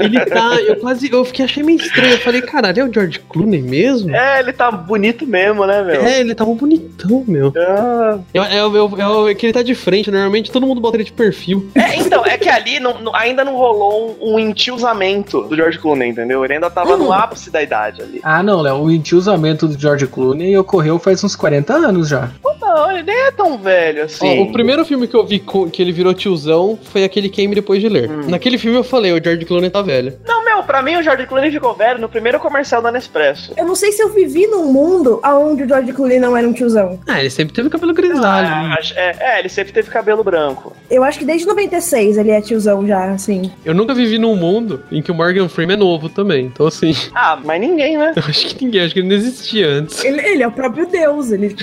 S5: Ele tá. Eu quase. Eu fiquei, achei meio estranho. Eu falei, caralho, é o George Clooney mesmo?
S2: É, ele tá bonito mesmo, né, meu?
S5: É, ele tava bonitão, meu.
S2: Ah.
S5: Eu, eu, eu, eu- é que ele tá de frente, normalmente todo mundo bota ele de perfil.
S2: É, então, é que ali não- não- ainda não rolou um, um entiosamento do George Clooney, entendeu? Ele ainda tava
S5: Hum.
S2: no ápice da idade ali.
S1: Ah, não, Léo. O entiosamento do George Clooney ocorreu faz uns 40 anos já.
S2: Não, ele nem é tão velho assim.
S5: Ó, o primeiro filme que eu vi co- que ele virou tiozão foi aquele Came Depois de Ler. Naquele filme eu falei, o George Clooney tá velho.
S2: Não, meu, pra mim o George Clooney ficou velho no primeiro comercial da Nespresso.
S3: Eu não sei se eu vivi num mundo onde o George Clooney não era um tiozão.
S5: Ah, ele sempre teve cabelo grisalho. né?
S2: Ah, é, é, ele sempre teve cabelo branco.
S3: Eu acho que desde 96 ele é tiozão já, assim.
S5: Eu nunca vivi num mundo em que o Morgan Freeman é novo também. Então, assim,
S2: Ah, mas ninguém, né?
S5: eu acho que ninguém, acho que ele não existia antes.
S3: Ele, ele é o próprio Deus, ele...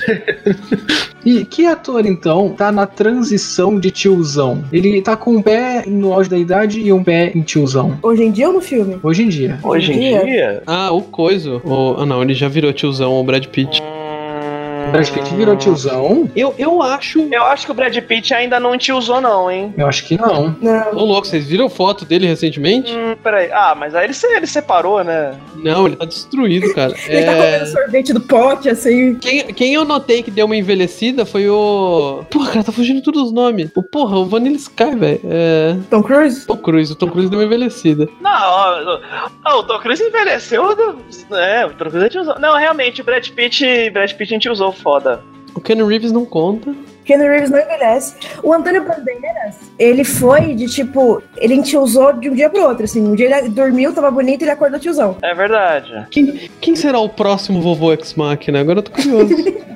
S1: E que ator, então, tá na transição de tiozão? Ele tá com um pé no auge da idade e um pé em tiozão.
S3: Hoje em dia ou no filme?
S1: Hoje em dia.
S2: Hoje em
S3: Dia.
S2: dia.
S5: Ah, o Coiso. o- ah, não, ele já virou tiozão, o Brad Pitt.
S1: O Brad Pitt virou tiozão?
S5: Eu, eu acho.
S2: Eu acho que o Brad Pitt ainda não tiozou, não, hein?
S1: Eu acho que não.
S3: Não.
S5: Ô, louco, vocês viram foto dele recentemente?
S2: Hum, peraí. Ah, mas aí ele, se- ele separou, né?
S5: Não, ele tá destruído, cara. É,
S3: Ele tá comendo sorvete do pote, assim.
S5: Quem, quem eu notei que deu uma envelhecida foi o. Porra, cara, tá fugindo todos os nomes. O porra, o Vanilla Sky, velho. É.
S3: Tom Cruise?
S5: Tom Cruise, o Tom Cruise deu uma envelhecida.
S2: Não, ó, ó, o Tom Cruise envelheceu. do- É, o Tom Cruise é tiozão. Não, realmente, o Brad Pitt, Brad Pitt a gente usou foda.
S5: O Ken Reeves não conta.
S3: Keanu Reeves não envelhece. O Antônio Bandeiras, ele foi de tipo. Ele entiosou de um dia pro outro, assim. Um dia ele dormiu, tava bonito e ele acordou tiozão.
S2: É verdade.
S5: Quem, quem será o próximo vovô X-Machina? Agora eu tô curioso.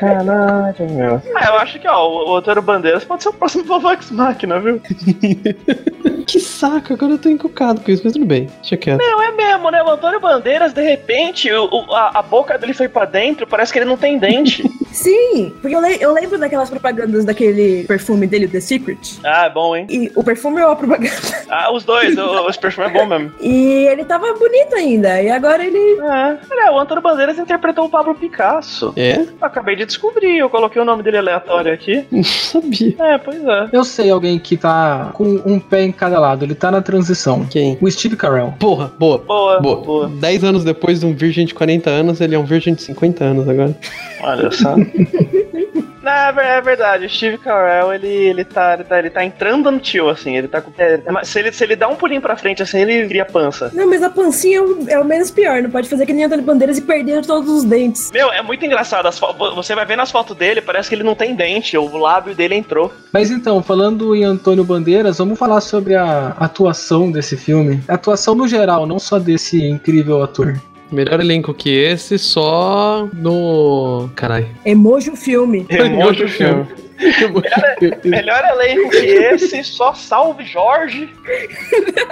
S2: Caralho, meu. Ah, eu acho que, ó, o o Antônio Bandeiras pode ser o próximo Vovô X Máquina, viu?
S5: que saco, agora eu tô encucado com isso, mas tudo bem. Deixa quieto.
S2: Não, é mesmo, né? O Antônio Bandeiras, de repente, o- o- a, a boca dele foi pra dentro, parece que ele não tem dente.
S3: Sim, porque eu, le- eu lembro daquelas propagandas daquele perfume dele, The Secret.
S2: Ah, é bom, hein?
S3: E o perfume ou a propaganda?
S2: Ah, os dois, o- os perfumes é bom mesmo.
S3: E ele tava bonito ainda. E agora ele.
S2: É, olha, o Antônio Bandeiras interpretou o Pablo Picasso.
S5: É?
S2: Acabei de descobrir, eu coloquei o nome dele aleatório aqui.
S5: Não sabia.
S2: É, pois é.
S1: Eu sei alguém que tá com um pé em cada lado, ele tá na transição.
S5: Quem?
S1: O Steve Carell.
S5: Porra, boa.
S2: Boa, boa.
S5: Boa. 10 anos depois de um virgem de 40 anos, ele é um virgem de 50 anos agora.
S2: Olha só. Não, é ver- é verdade, o Steve Carell, ele, ele, tá, ele, tá, ele tá entrando no tio, assim, ele tá com... é, mas se, ele, se ele dá um pulinho pra frente, assim, ele cria pança.
S3: Não, mas a pancinha é o, é o menos pior. Não pode fazer que nem Antônio Bandeiras e perder todos os dentes.
S2: Meu, é muito engraçado, as fo- você vai vendo as fotos dele, parece que ele não tem dente, o lábio dele entrou.
S1: Mas então, falando em Antônio Bandeiras, vamos falar sobre a atuação desse filme. A atuação no geral, não só desse incrível ator.
S5: Melhor elenco que esse, só no. Caralho.
S3: Emoji É o filme.
S2: Remote
S5: um filme.
S2: Melhor elenco que esse, só Salve Jorge,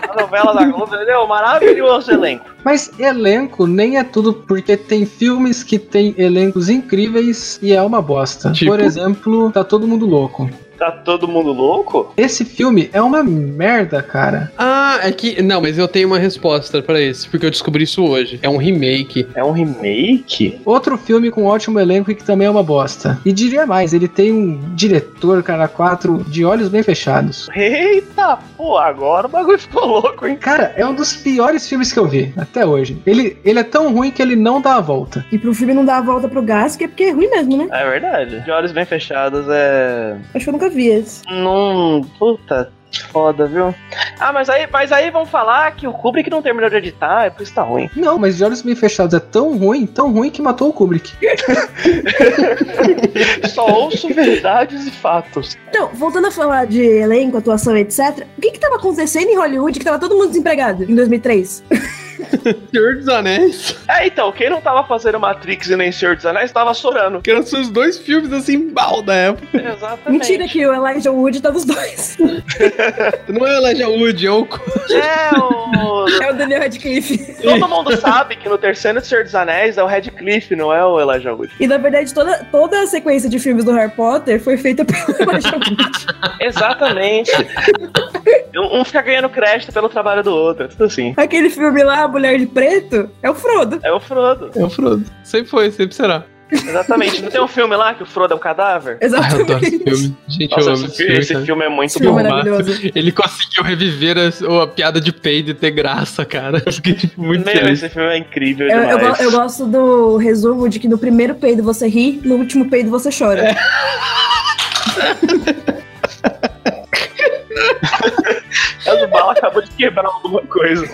S2: a novela da Globo, entendeu? Maravilhoso elenco.
S1: Mas elenco nem é tudo, porque tem filmes que tem elencos incríveis e é uma bosta.
S5: Tipo?
S1: Por exemplo, Tá Todo Mundo Louco.
S2: Tá todo mundo louco?
S1: Esse filme é uma merda, cara.
S5: Ah, é que. Não, mas eu tenho uma resposta pra esse, porque eu descobri isso hoje. É um remake.
S2: É um remake?
S1: Outro filme com ótimo elenco e que também é uma bosta. E diria mais, ele tem um diretor, cara, quatro, de olhos bem fechados.
S2: Eita, pô, agora o bagulho ficou louco, hein?
S1: Cara, é um dos piores filmes que eu vi até hoje. Ele, ele é tão ruim que ele não dá a volta.
S3: E pro filme não dar a volta pro gás, que é porque é ruim mesmo, né?
S2: É verdade. De olhos bem fechados é.
S3: Acho que eu nunca vi esse.
S2: Não. Puta. Foda, viu? Ah, mas aí, mas aí vão falar que o Kubrick não terminou de editar, é por isso que tá ruim.
S1: Não, mas de olhos bem fechados é tão ruim, tão ruim que matou o Kubrick.
S2: Só ouço verdades e fatos.
S3: Então, voltando a falar de elenco, atuação, etc. O que que tava acontecendo em Hollywood que tava todo mundo desempregado em 2003?
S5: Senhor dos Anéis.
S2: É, então, quem não tava fazendo Matrix e nem Senhor dos Anéis tava sorando.
S5: Que eram os dois filmes assim, mal da época.
S2: Exatamente.
S3: Mentira que o Elijah Wood tava os dois.
S5: Não é o Elijah Wood, é o.
S2: É, o...
S3: é o Daniel Radcliffe.
S2: Todo mundo sabe que no terceiro de Senhor dos Anéis é o Radcliffe, não é o Elijah Wood.
S3: E na verdade, toda, toda a sequência de filmes do Harry Potter foi feita pelo Elijah Wood.
S2: Exatamente. um fica ganhando crédito pelo trabalho do outro, é tudo assim.
S3: Aquele filme lá, A Mulher de Preto, é o Frodo.
S2: É o Frodo.
S5: É o Frodo. Sempre foi, sempre será.
S2: Exatamente. Não tem um filme lá que o Frodo é um cadáver?
S5: Ah, eu adoro
S3: Exatamente.
S5: esse filme. Gente,
S2: Nossa,
S5: eu amo
S2: esse, fi- esse
S5: cara.
S2: filme é muito
S3: Esse filme
S2: bom.
S3: é maravilhoso.
S5: Ele conseguiu reviver a, a piada de peido e ter graça, cara. Eu Fiquei tipo, muito
S2: Meu,
S5: feliz.
S2: esse filme é incrível
S3: Eu, eu
S2: demais.
S3: go- eu gosto do resumo de que no primeiro peido você ri, no último peido você chora.
S2: É, A do Bala acabou de quebrar alguma coisa.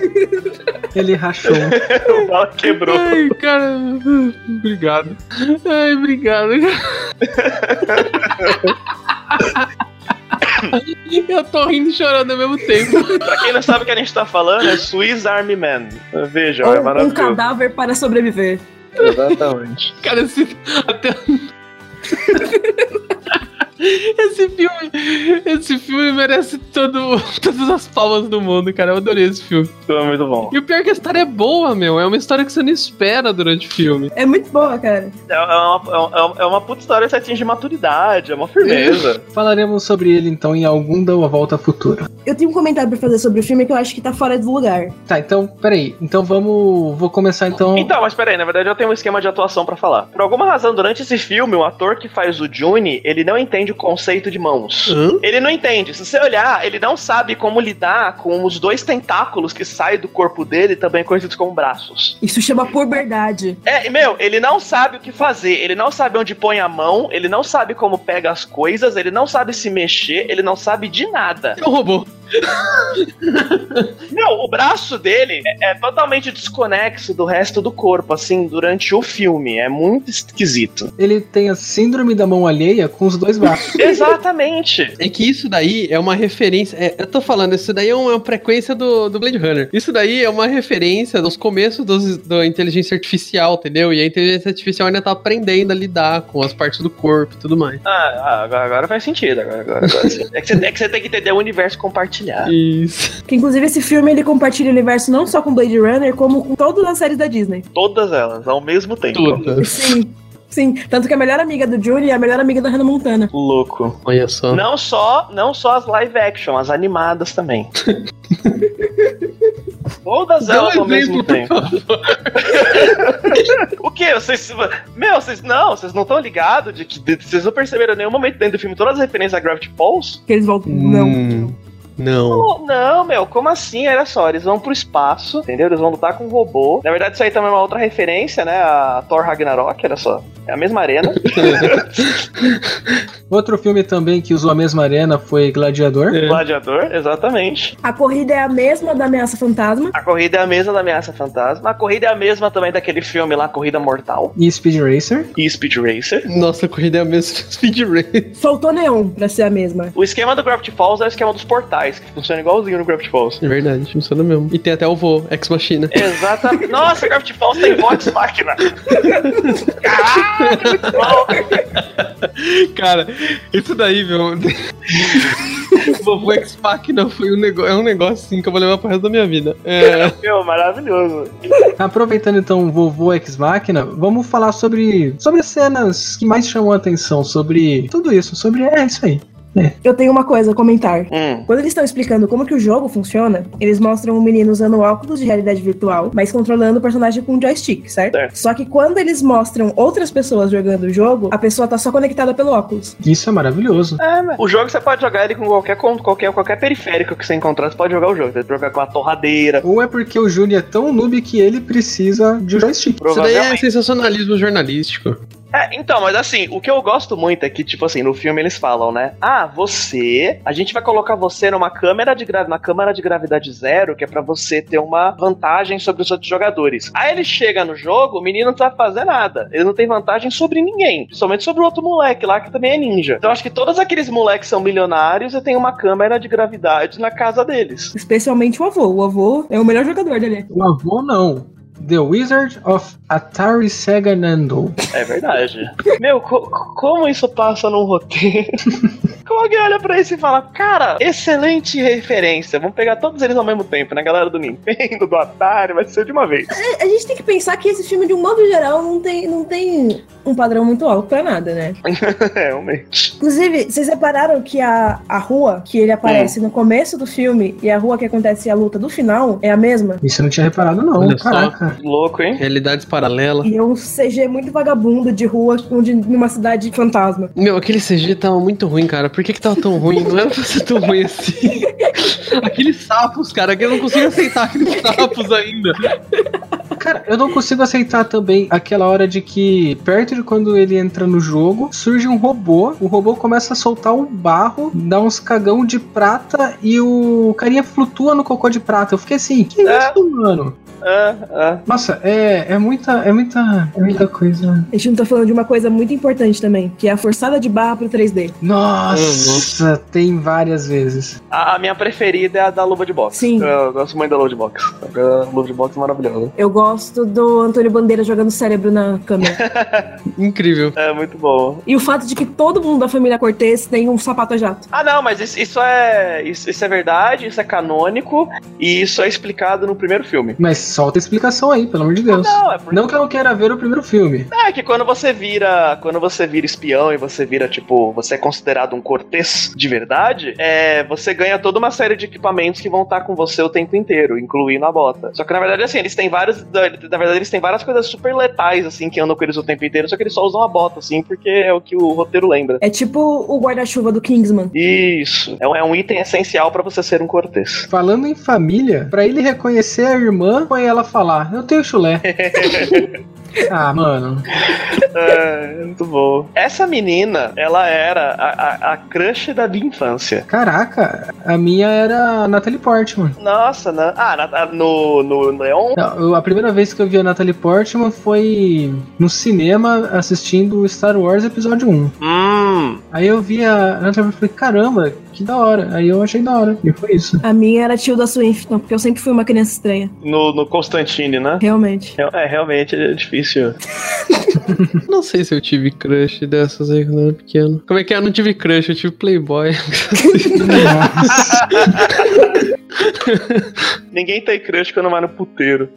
S1: Ele rachou.
S2: O Bala quebrou.
S5: Ai, cara, obrigado. Ai, obrigado. Eu tô rindo e chorando ao mesmo tempo.
S2: pra quem não sabe o que a gente tá falando, é Swiss Army Man. Veja, é
S3: Ou um
S2: maravilhoso.
S3: cadáver para sobreviver.
S2: Exatamente.
S5: Cara, esse. Até... Esse filme. Esse filme merece todo, todas as palmas do mundo, cara. Eu adorei esse filme.
S2: Foi muito bom.
S5: E o pior é que a história é boa, meu. É uma história que você não espera durante o filme.
S3: É muito boa, cara.
S2: É é uma, é uma- é uma puta história que atinge maturidade, é uma firmeza.
S1: Falaremos sobre ele então em algum da uma volta futura.
S3: Eu tenho um comentário pra fazer sobre o filme que eu acho que tá fora do lugar.
S1: Tá, então, peraí. Então vamos. Vou começar então.
S2: Então, mas peraí, na verdade eu tenho um esquema de atuação pra falar. Por alguma razão, durante esse filme, o ator que faz o Juni, ele não entende o conceito de mãos. Ele não entende. Se você olhar, ele não sabe como lidar com os dois tentáculos que saem do corpo dele, também conhecidos como braços.
S3: Isso chama puberdade.
S2: É, e, meu, ele não sabe o que fazer, ele não sabe onde põe a mão, ele não sabe como pega as coisas, ele não sabe se mexer, ele não sabe de nada.
S5: É um robô.
S2: Não, o braço dele é, é totalmente desconexo do resto do corpo, assim, durante o filme. É muito esquisito.
S1: Ele tem a síndrome da mão alheia com os dois braços.
S2: Exatamente.
S5: É que isso daí é uma referência. é, eu tô falando, isso daí é uma frequência do, do Blade Runner. Isso daí é uma referência dos começos dos, da inteligência artificial, entendeu? E a inteligência artificial ainda tá aprendendo a lidar com as partes do corpo e tudo mais.
S2: Ah, agora, agora faz sentido. Agora, agora, agora sim. É que, você, é que você tem que entender o universo compartilhado.
S5: Isso.
S3: Que inclusive esse filme ele compartilha o universo não só com Blade Runner, como com todas as séries da Disney.
S2: Todas elas, ao mesmo tempo.
S5: Todas.
S3: Sim. Sim, tanto que a melhor amiga do Julie é a melhor amiga da Hannah Montana.
S2: Louco.
S5: Olha só.
S2: Não só, não só as live action, as animadas também. Todas
S5: Dá um
S2: elas ao mesmo
S5: exemplo, por
S2: tempo.
S5: favor.
S2: O que? Vocês. Meu, vocês não, vocês não estão ligados de que. de- Vocês não perceberam em nenhum momento dentro do filme todas as referências a Gravity Falls?
S3: Que eles voltam. Não.
S5: Hum, Não.
S2: Pô, Não, meu, como assim? Olha só, eles vão pro espaço, entendeu? Eles vão lutar com um robô. Na verdade, isso aí também é uma outra referência, né? A Thor Ragnarok, olha só. É a mesma arena.
S1: Outro filme também que usou a mesma arena foi Gladiador.
S5: É.
S2: Gladiador, exatamente.
S3: A corrida é a mesma da ameaça fantasma.
S2: A corrida é a mesma da Ameaça Fantasma. A corrida é a mesma também daquele filme lá, Corrida Mortal.
S1: E Speed Racer.
S2: E Speed Racer.
S5: Nossa, a corrida é a mesma Speed Race.
S3: Faltou neon pra ser a mesma.
S2: O esquema do Gravity Falls é o esquema dos portais, que funciona igualzinho no Gravity Falls.
S5: É verdade, funciona mesmo. E tem até o voo, Ex Machina.
S2: Exatamente. Nossa, Gravity Falls tem Vox Machina. Caralho, muito bom.
S5: Cara, isso daí, meu. o vovô Ex Machina foi um negócio, é um negócio assim que eu vou levar pro resto da minha vida. É.
S2: Meu, maravilhoso.
S1: Aproveitando então o vovô Ex Machina, vamos falar sobre, sobre as cenas que mais chamam a atenção, sobre tudo isso, sobre. É isso aí.
S3: Eu tenho uma coisa a comentar.
S2: Hum.
S3: Quando eles estão explicando como que o jogo funciona, eles mostram o menino usando óculos de realidade virtual, mas controlando o personagem com um joystick, certo?
S2: Certo.
S3: Só que quando eles mostram outras pessoas jogando o jogo, a pessoa tá só conectada pelo óculos.
S1: Isso é maravilhoso.
S2: É, né? O jogo você pode jogar ele com qualquer, con- qualquer, qualquer periférico que você encontrar, você pode jogar o jogo. Você pode jogar com a torradeira.
S1: Ou é porque o Júlio é tão noob que ele precisa de um joystick.
S5: Isso daí
S2: Provavelmente.
S5: é sensacionalismo jornalístico.
S2: É, então, mas assim, o que eu gosto muito é que, tipo assim, no filme eles falam, né? Ah, você. A gente vai colocar você numa câmera de gravidade. Na câmera de gravidade zero, que é pra você ter uma vantagem sobre os outros jogadores. Aí ele chega no jogo, o menino não sabe fazer nada. Ele não tem vantagem sobre ninguém. Principalmente sobre o outro moleque lá, que também é ninja. Então acho que todos aqueles moleques são milionários e tem uma câmera de gravidade na casa deles.
S3: Especialmente o avô. O avô é o melhor jogador dele.
S1: O avô não. The Wizard of Atari Sega Nando.
S2: É verdade. Meu, co- co- como isso passa num roteiro? Como alguém olha pra isso e fala, cara, excelente referência. Vamos pegar todos eles ao mesmo tempo, né? Galera do Nintendo, do Atari, vai ser de uma vez.
S3: A gente tem que pensar que esse filme, de um modo geral, não tem, não tem um padrão muito alto pra nada, né?
S2: É, realmente.
S3: Inclusive, vocês repararam que a, a rua que ele aparece no começo do filme e a rua que acontece a luta do final é a mesma?
S1: Isso eu não tinha reparado, não.
S5: Olha só.
S1: Caraca.
S2: Louco, hein?
S5: Realidades paralelas.
S3: E é um CG muito vagabundo de rua, onde, numa cidade fantasma.
S5: Meu, aquele CG tava muito ruim, cara. Por que que tava tão ruim? Não era pra ser tão ruim assim. Aqueles sapos, cara, que eu não consigo aceitar aqueles sapos ainda.
S1: Cara, eu não consigo aceitar também aquela hora de que, perto de quando ele entra no jogo, surge um robô. O robô começa a soltar um barro, dá uns cagão de prata e o carinha flutua no cocô de prata. Eu fiquei assim, que
S2: É.
S1: isso, mano?
S2: Ah, ah.
S1: Nossa, é, é muita. É muita. É muita coisa.
S3: A gente não tá falando de uma coisa muito importante também, que é a forçada de barra pro 3D.
S1: Nossa,
S5: Uhum.
S1: tem várias vezes.
S2: A, a minha preferida é a da luva de boxe.
S3: Sim.
S2: Eu gosto muito da luva de boxe. A luva de boxe é maravilhosa.
S3: Eu gosto do Antônio Bandeira jogando cérebro na câmera.
S5: Incrível.
S2: É, muito bom.
S3: e o fato de que todo mundo da família Cortez tem um sapato a jato.
S2: Ah, não, mas isso, isso é. Isso, isso é verdade, isso é canônico e isso é explicado no primeiro filme.
S1: Mas solta a explicação aí, pelo amor de Deus.
S2: Não, é porque.
S1: Não que eu não queira ver o primeiro filme.
S2: É que quando você vira, quando você vira espião e você vira tipo, você é considerado um cortês de verdade, é, você ganha toda uma série de equipamentos que vão estar com você o tempo inteiro, incluindo a bota. Só que na verdade assim, eles têm vários, na verdade eles têm várias coisas super letais assim que andam com eles o tempo inteiro, só que eles só usam a bota assim, porque é o que o roteiro lembra.
S3: É tipo o guarda-chuva do Kingsman.
S2: Isso, é um, é um item essencial pra você ser um cortês.
S1: Falando em família, pra ele reconhecer a irmã, foi ela falar: Eu tenho chulé. ah, mano.
S2: É, muito bom. Essa menina, ela era a, a, a crush da minha infância.
S1: Caraca, a minha era a Natalie Portman.
S2: Nossa, na, ah, na- no, no Neon
S1: Não, eu- a primeira vez que eu vi a Natalie Portman foi no cinema assistindo Star Wars Episódio 1.
S2: Hum,
S1: Aí eu vi a Natalie Portman e falei, caramba, que da hora. Aí eu achei da hora. E foi isso.
S3: A minha era tio da Swift, não, porque eu sempre fui uma criança estranha.
S2: no, no Constantine, né?
S3: Realmente.
S2: Real- É, realmente é difícil.
S5: Não sei se eu tive crush dessas aí quando eu era pequeno. Como é que é? Eu não tive crush, eu tive playboy.
S1: Nossa.
S2: Ninguém tem crush quando vai no puteiro.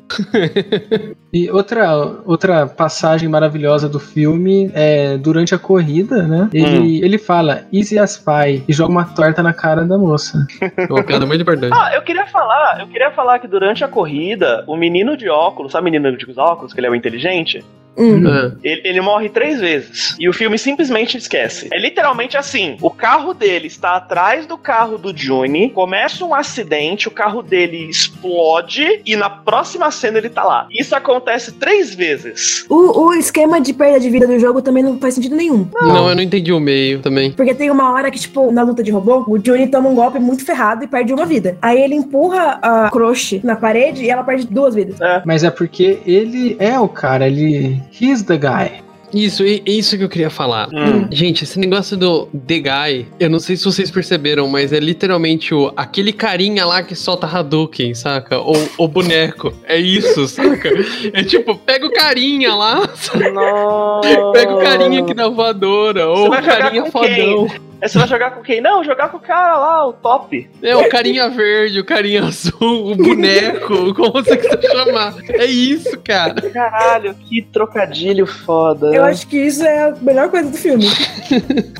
S1: E outra, outra passagem maravilhosa do filme é durante a corrida, né? Ele, ele fala easy as pie e joga uma torta na cara da moça.
S5: É uma piada muito importante.
S2: Ah, eu queria falar, eu queria falar que durante a corrida, o menino de óculos, sabe o menino de óculos, que ele é o inteligente?
S3: Hum.
S5: Ah,
S2: Ele, ele morre três vezes. E o filme simplesmente esquece. É literalmente assim: o carro dele está atrás do carro do Johnny, começa um acidente, o carro dele explode e na próxima cena ele tá lá. Isso acontece três vezes.
S3: O, o esquema de perda de vida do jogo também não faz sentido nenhum.
S5: não, eu não entendi o meio também.
S3: Porque tem uma hora que, tipo, na luta de robô, o Johnny toma um golpe muito ferrado e perde uma vida. Aí ele empurra a Crush na parede e ela perde duas vidas.
S1: Mas é porque ele é o cara, ele. He's the guy.
S5: Isso, e- isso que eu queria falar.
S2: Hum.
S5: Gente, esse negócio do The Guy, eu não sei se vocês perceberam, mas é literalmente o, aquele carinha lá que solta Hadouken, saca? Ou o boneco. É isso, saca? É tipo, pega o carinha lá, pega o carinha que dá voadora, ou
S2: vai
S5: o
S2: jogar
S5: carinha
S2: com quem?
S5: fodão.
S2: Aí É, Você vai jogar com quem? Não, jogar com o cara lá, o top.
S5: É o carinha verde, o carinha azul, o boneco, como você quiser chamar. É isso, cara.
S2: Caralho, que trocadilho foda.
S3: Eu acho que isso é a melhor coisa do filme.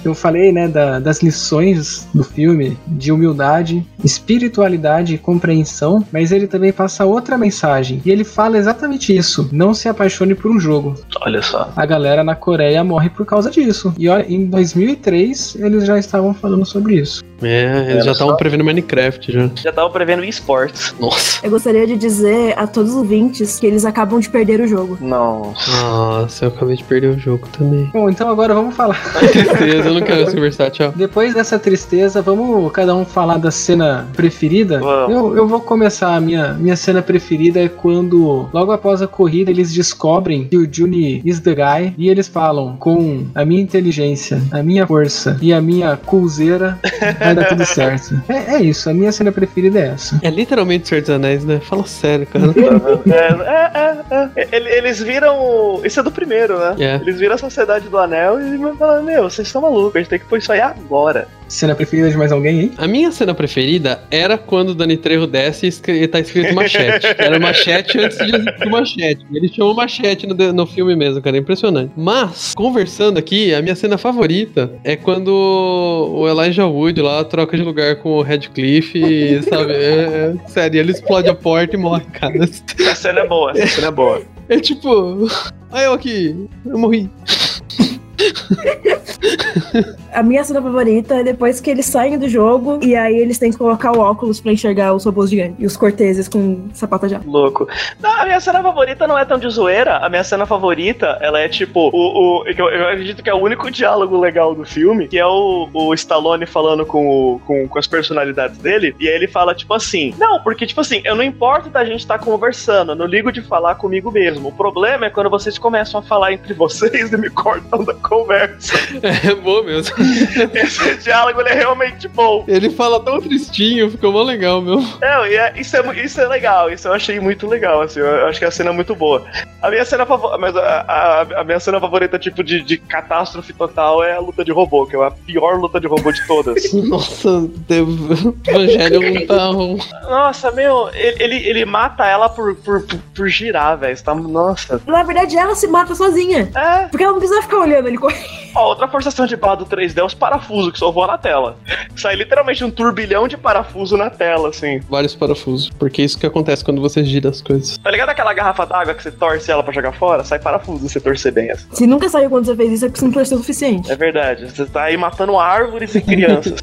S1: Eu falei, né, da- das lições do filme, de humildade, espiritualidade e compreensão, mas ele também passa outra mensagem. E ele fala exatamente isso: não se apaixone por um jogo.
S2: Olha só.
S1: A galera na Coreia morre por causa disso. E olha, em 2003 eles já estavam falando sobre isso.
S5: É, eles já estavam prevendo Minecraft já.
S2: Já tava prevendo esportes.
S5: Nossa.
S3: Eu gostaria de dizer a todos os ouvintes que eles acabam de perder o jogo.
S2: Nossa.
S5: Nossa, eu acabei de perder o jogo também.
S1: Bom, então agora vamos falar.
S5: Tristeza, eu não quero se conversar, tchau.
S1: Depois dessa tristeza, vamos cada um falar da cena preferida?
S2: Vamos.
S1: Eu, eu vou começar. A minha, minha cena preferida é quando, logo após a corrida, eles descobrem que o Juni is the guy e eles falam: com a minha inteligência, a minha força e a minha culzeira, vai dar tudo certo. É, é isso, a minha cena preferida é essa.
S5: É literalmente Senhor dos Anéis, né? Fala sério, cara.
S2: É, é, é, é. Ele- Eles viram. o- Isso é do primeiro, né?
S5: É.
S2: Eles viram a Sociedade do Anel e vão falar: Meu, vocês estão malucos, a gente tem que pôr isso aí agora.
S1: Cena preferida de mais alguém aí?
S5: A minha cena preferida era quando o Dani Trejo desce e escre- tá escrito machete. Era machete antes de existir machete. Ele chamou machete no, de- no filme mesmo, cara. É Impressionante. Mas, conversando aqui, a minha cena favorita é quando o Elijah Wood lá troca de lugar com o Radcliffe e, sabe? é- é- sério, ele explode a porta e morre, cara.
S2: Essa cena é boa, essa cena é boa.
S5: É tipo. Ah, eu aqui, eu morri.
S3: A minha cena favorita é depois que eles saem do jogo e aí eles têm que colocar o óculos pra enxergar os robôs gigantes e os corteses com sapato já.
S2: Louco. Não, a minha cena favorita não é tão de zoeira. A minha cena favorita, ela é tipo. O, o, eu, eu acredito que é o único diálogo legal do filme, que é o, o Stallone falando com, o, com, com as personalidades dele. E aí ele fala, tipo assim: Não, porque, tipo assim, eu não importo da gente estar conversando, eu não ligo de falar comigo mesmo. O problema é quando vocês começam a falar entre vocês e me cortam da conversa.
S5: É bom mesmo.
S2: Esse diálogo ele é realmente bom.
S5: Ele fala tão tristinho, ficou mó legal, meu.
S2: É, e é- isso, é, mu- isso é legal, isso eu achei muito legal, assim, eu, eu acho que a cena é muito boa. A minha cena favorita, mas a, a- a minha cena favorita, tipo, de, de catástrofe total é a luta de robô, que é a pior luta de robô de todas.
S5: Nossa, Deus. Evangelho tá um.
S2: nossa, meu, ele, ele, ele mata ela por, por, por, por girar, velho, você tá, nossa.
S3: Na verdade, ela se mata sozinha.
S2: É,
S3: Porque ela não precisa ficar olhando ele correr.
S2: ó, outra forçação de barra do 3D é os parafusos que só voam na tela. Sai literalmente um turbilhão de parafuso na tela, assim.
S5: Vários parafusos, porque é isso que acontece quando você gira as coisas.
S2: Tá ligado aquela garrafa d'água que você torce ela pra jogar fora? Sai parafuso se você torcer bem, assim.
S3: Se nunca saiu quando você fez isso, é porque você não torceu o suficiente.
S2: É verdade, você tá aí matando árvores e crianças.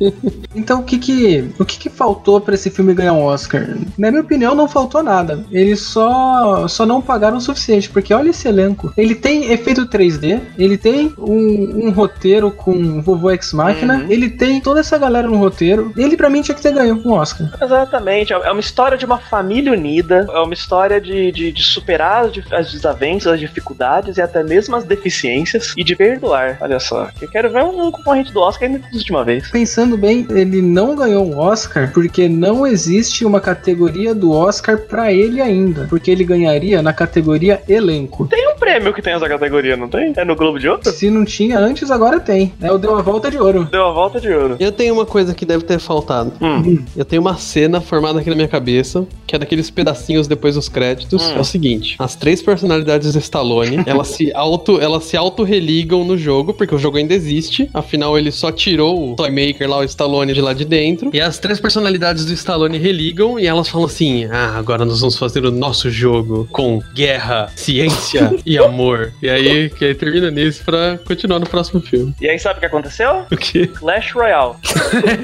S1: Então, o que que, o que, que faltou pra esse filme ganhar um Oscar? Na minha opinião, não faltou nada. Eles só, só não pagaram o suficiente, porque olha esse elenco. Ele tem efeito 3D, ele tem um, um roteiro com vovô ex-máquina,
S2: Uhum.
S1: ele tem toda essa galera no roteiro. Ele, pra mim, tinha que ter ganho um Oscar.
S2: Exatamente, é uma história de uma família unida, é uma história de, de, de superar as, dif- as desavenças, as dificuldades e até mesmo as deficiências e de perdoar. Olha só, eu quero ver um, um concorrente do Oscar ainda de uma vez.
S1: Pensando bem, ele não ganhou um Oscar porque não existe uma categoria do Oscar pra ele ainda. Porque ele ganharia na categoria elenco.
S2: Tem um prêmio que tem essa categoria, não tem? É no Globo de Ouro?
S1: Se não tinha antes agora tem. Né? O Deu a Volta de Ouro.
S2: Deu a volta de ouro.
S5: Eu tenho uma coisa que deve ter faltado.
S2: Hum.
S5: Eu tenho uma cena formada aqui na minha cabeça, que é daqueles pedacinhos depois dos créditos.
S2: Hum.
S5: É o seguinte: as três personalidades de Stallone, elas se auto, elas se auto-religam no jogo, porque o jogo ainda existe. Afinal, ele só tirou o Toymaker lá, o Stallone, de lá de dentro. E as três personalidades do Stallone religam e elas falam assim: Ah, agora nós vamos fazer o nosso jogo com guerra, ciência e amor. E aí, que aí termina nisso pra continuar no próximo filme.
S2: E aí sabe o que aconteceu?
S5: O quê?
S2: Clash Royale.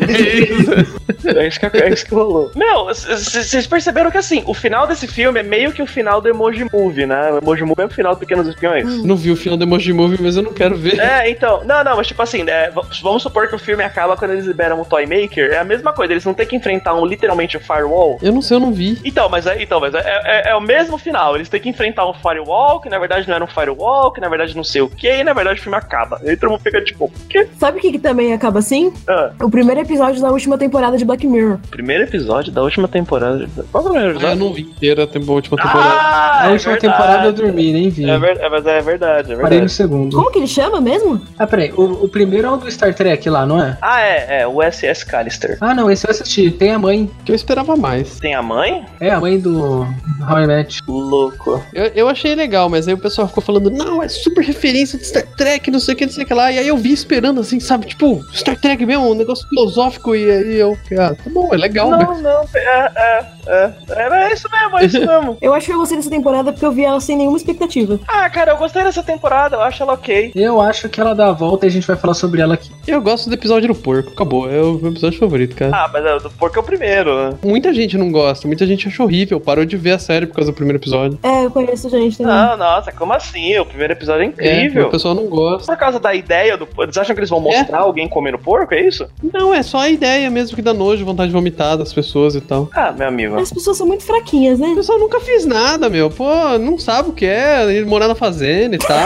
S5: É isso.
S2: É isso que, é isso que rolou. Meu, c- c- vocês perceberam que assim, o final desse filme é meio que o final do Emoji Movie, né? O Emoji Movie é o final do Pequenos Espiões.
S5: Não vi o final do Emoji Movie, mas eu não quero ver.
S2: É, então. Não, não, mas tipo assim, né, v- vamos supor que o filme acaba quando eles liberam o Toymaker. É a mesma coisa, eles não têm que enfrentar um literalmente um firewall.
S5: Eu não sei, eu não vi.
S2: Então, mas é, então, mas é, é- é o mesmo final. Eles têm que enfrentar um firewall, que na verdade não era um firewall, que na verdade não sei o que, e na verdade o filme acaba. E aí todo mundo fica tipo, o quê?
S3: Sabe o que, que também acaba assim?
S2: Ah,
S3: O primeiro episódio da última temporada de Black Mirror.
S2: primeiro episódio da última temporada. Qual que é o primeiro
S5: Ah, eu
S2: episódio?
S5: não vi inteira a tempo- a última temporada.
S2: Ah,
S1: Na
S2: é
S1: última
S2: verdade.
S1: temporada eu dormi, nem vi.
S2: É ver- é, mas é verdade, é
S1: Parei no
S2: verdade.
S1: segundo.
S3: Como que ele chama mesmo?
S1: Ah, peraí. O, o primeiro é o do Star Trek lá, não é?
S2: Ah, é, é, o SS Callister.
S1: Ah, não. Esse eu assisti. Tem a mãe.
S5: Que eu esperava mais.
S2: Tem a mãe?
S1: É a mãe do How I Met.
S2: Louco.
S5: Eu, eu achei legal, mas aí o pessoal ficou falando, não, é super referência de Star Trek, não sei o que, não sei o que lá. E aí eu vi esperando assim, sabe? Tipo, Star Trek mesmo, um negócio filosófico. E aí eu, ah, tá bom, é legal. mas-
S2: Não, não, é, é, é, é, mas é isso mesmo, é isso mesmo.
S3: Eu acho que eu gostei dessa temporada porque eu vi ela sem nenhuma expectativa.
S2: Ah, cara, eu gostei dessa temporada, eu acho ela ok.
S1: Eu acho que ela dá a volta e a gente vai falar sobre ela aqui.
S5: Eu gosto do episódio do porco, acabou. É o meu episódio favorito, cara.
S2: Ah, mas é, o porco é o primeiro, né?
S5: Muita gente não gosta, muita gente achou horrível, parou de ver a série por causa do primeiro episódio.
S3: É, eu conheço gente também.
S2: Não, nossa, como assim? O primeiro episódio é
S5: É,
S2: incrível.
S5: o pessoal não gosta.
S2: Por causa da ideia do. Eles acham que eles vão mostrar alguém comendo porco, é isso?
S5: Não, é só a ideia mesmo que dá nojo, vontade de vomitar das pessoas e tal.
S2: Ah, meu amigo.
S3: As pessoas são muito fraquinhas, né?
S5: O pessoal nunca fez nada, meu. Pô, não sabe o que é ir morar na fazenda e tal.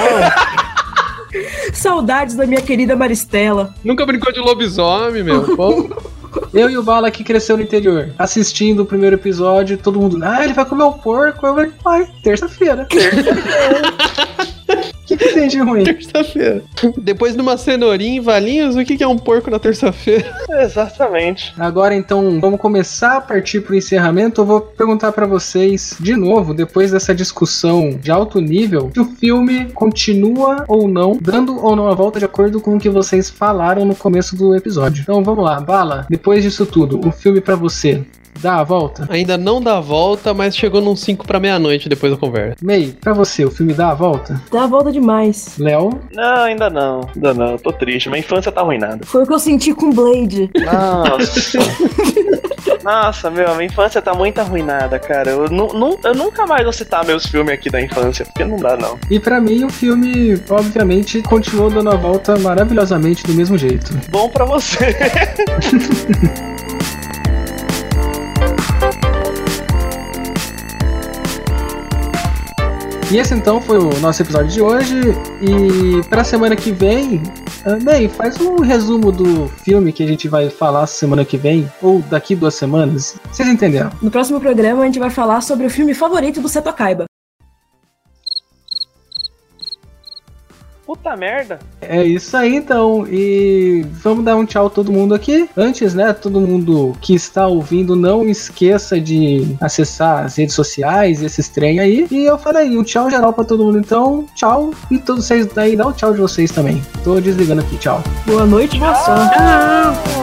S3: Saudades da minha querida Maristela.
S5: nunca brincou de lobisomem, meu. Pô,
S1: Eu e o Bala que cresceu no interior. Assistindo o primeiro episódio, todo mundo. Ah, ele vai comer um porco. Eu falei, vai, terça-feira. O que, que tem de ruim?
S5: terça-feira. Depois de uma cenourinha em valinhos, o que que é um porco na terça-feira?
S2: Exatamente.
S1: Agora então, vamos começar a partir pro encerramento. Eu vou perguntar pra vocês de novo, depois dessa discussão de alto nível, se o filme continua ou não, dando ou não a volta de acordo com o que vocês falaram no começo do episódio. Então vamos lá, bala. Depois disso tudo, o filme pra você dá a volta?
S5: Ainda não dá a volta, mas chegou num 5 pra meia-noite depois da conversa.
S1: Mei, pra você, o filme dá a volta?
S3: Dá a volta demais.
S1: Léo?
S2: Não, ainda não. Ainda não. Tô triste. Minha infância tá arruinada.
S3: Foi o que eu senti com Blade.
S2: Nossa. Nossa, meu, minha infância tá muito arruinada, cara. Eu, nu- nu- eu nunca mais vou citar meus filmes aqui da infância, porque não dá, não.
S1: E pra mim, o filme, obviamente, continuou dando a volta maravilhosamente do mesmo jeito.
S2: Bom pra você.
S1: E esse então foi o nosso episódio de hoje. E pra semana que vem, ah, bem, faz um resumo do filme que a gente vai falar semana que vem, ou daqui duas semanas. Vocês entenderam?
S3: No próximo programa a gente vai falar sobre o filme favorito do Seto Kaiba.
S2: Puta merda.
S1: É isso aí então. E vamos dar um tchau a todo mundo aqui. Antes, né, todo mundo que está ouvindo, não esqueça de acessar as redes sociais, esses trem aí. E eu falei, um tchau geral pra todo mundo então. Tchau. E todos vocês daí, dá o tchau de vocês também. Tô desligando aqui, tchau.
S3: Boa noite, boa sorte.
S2: Tchau.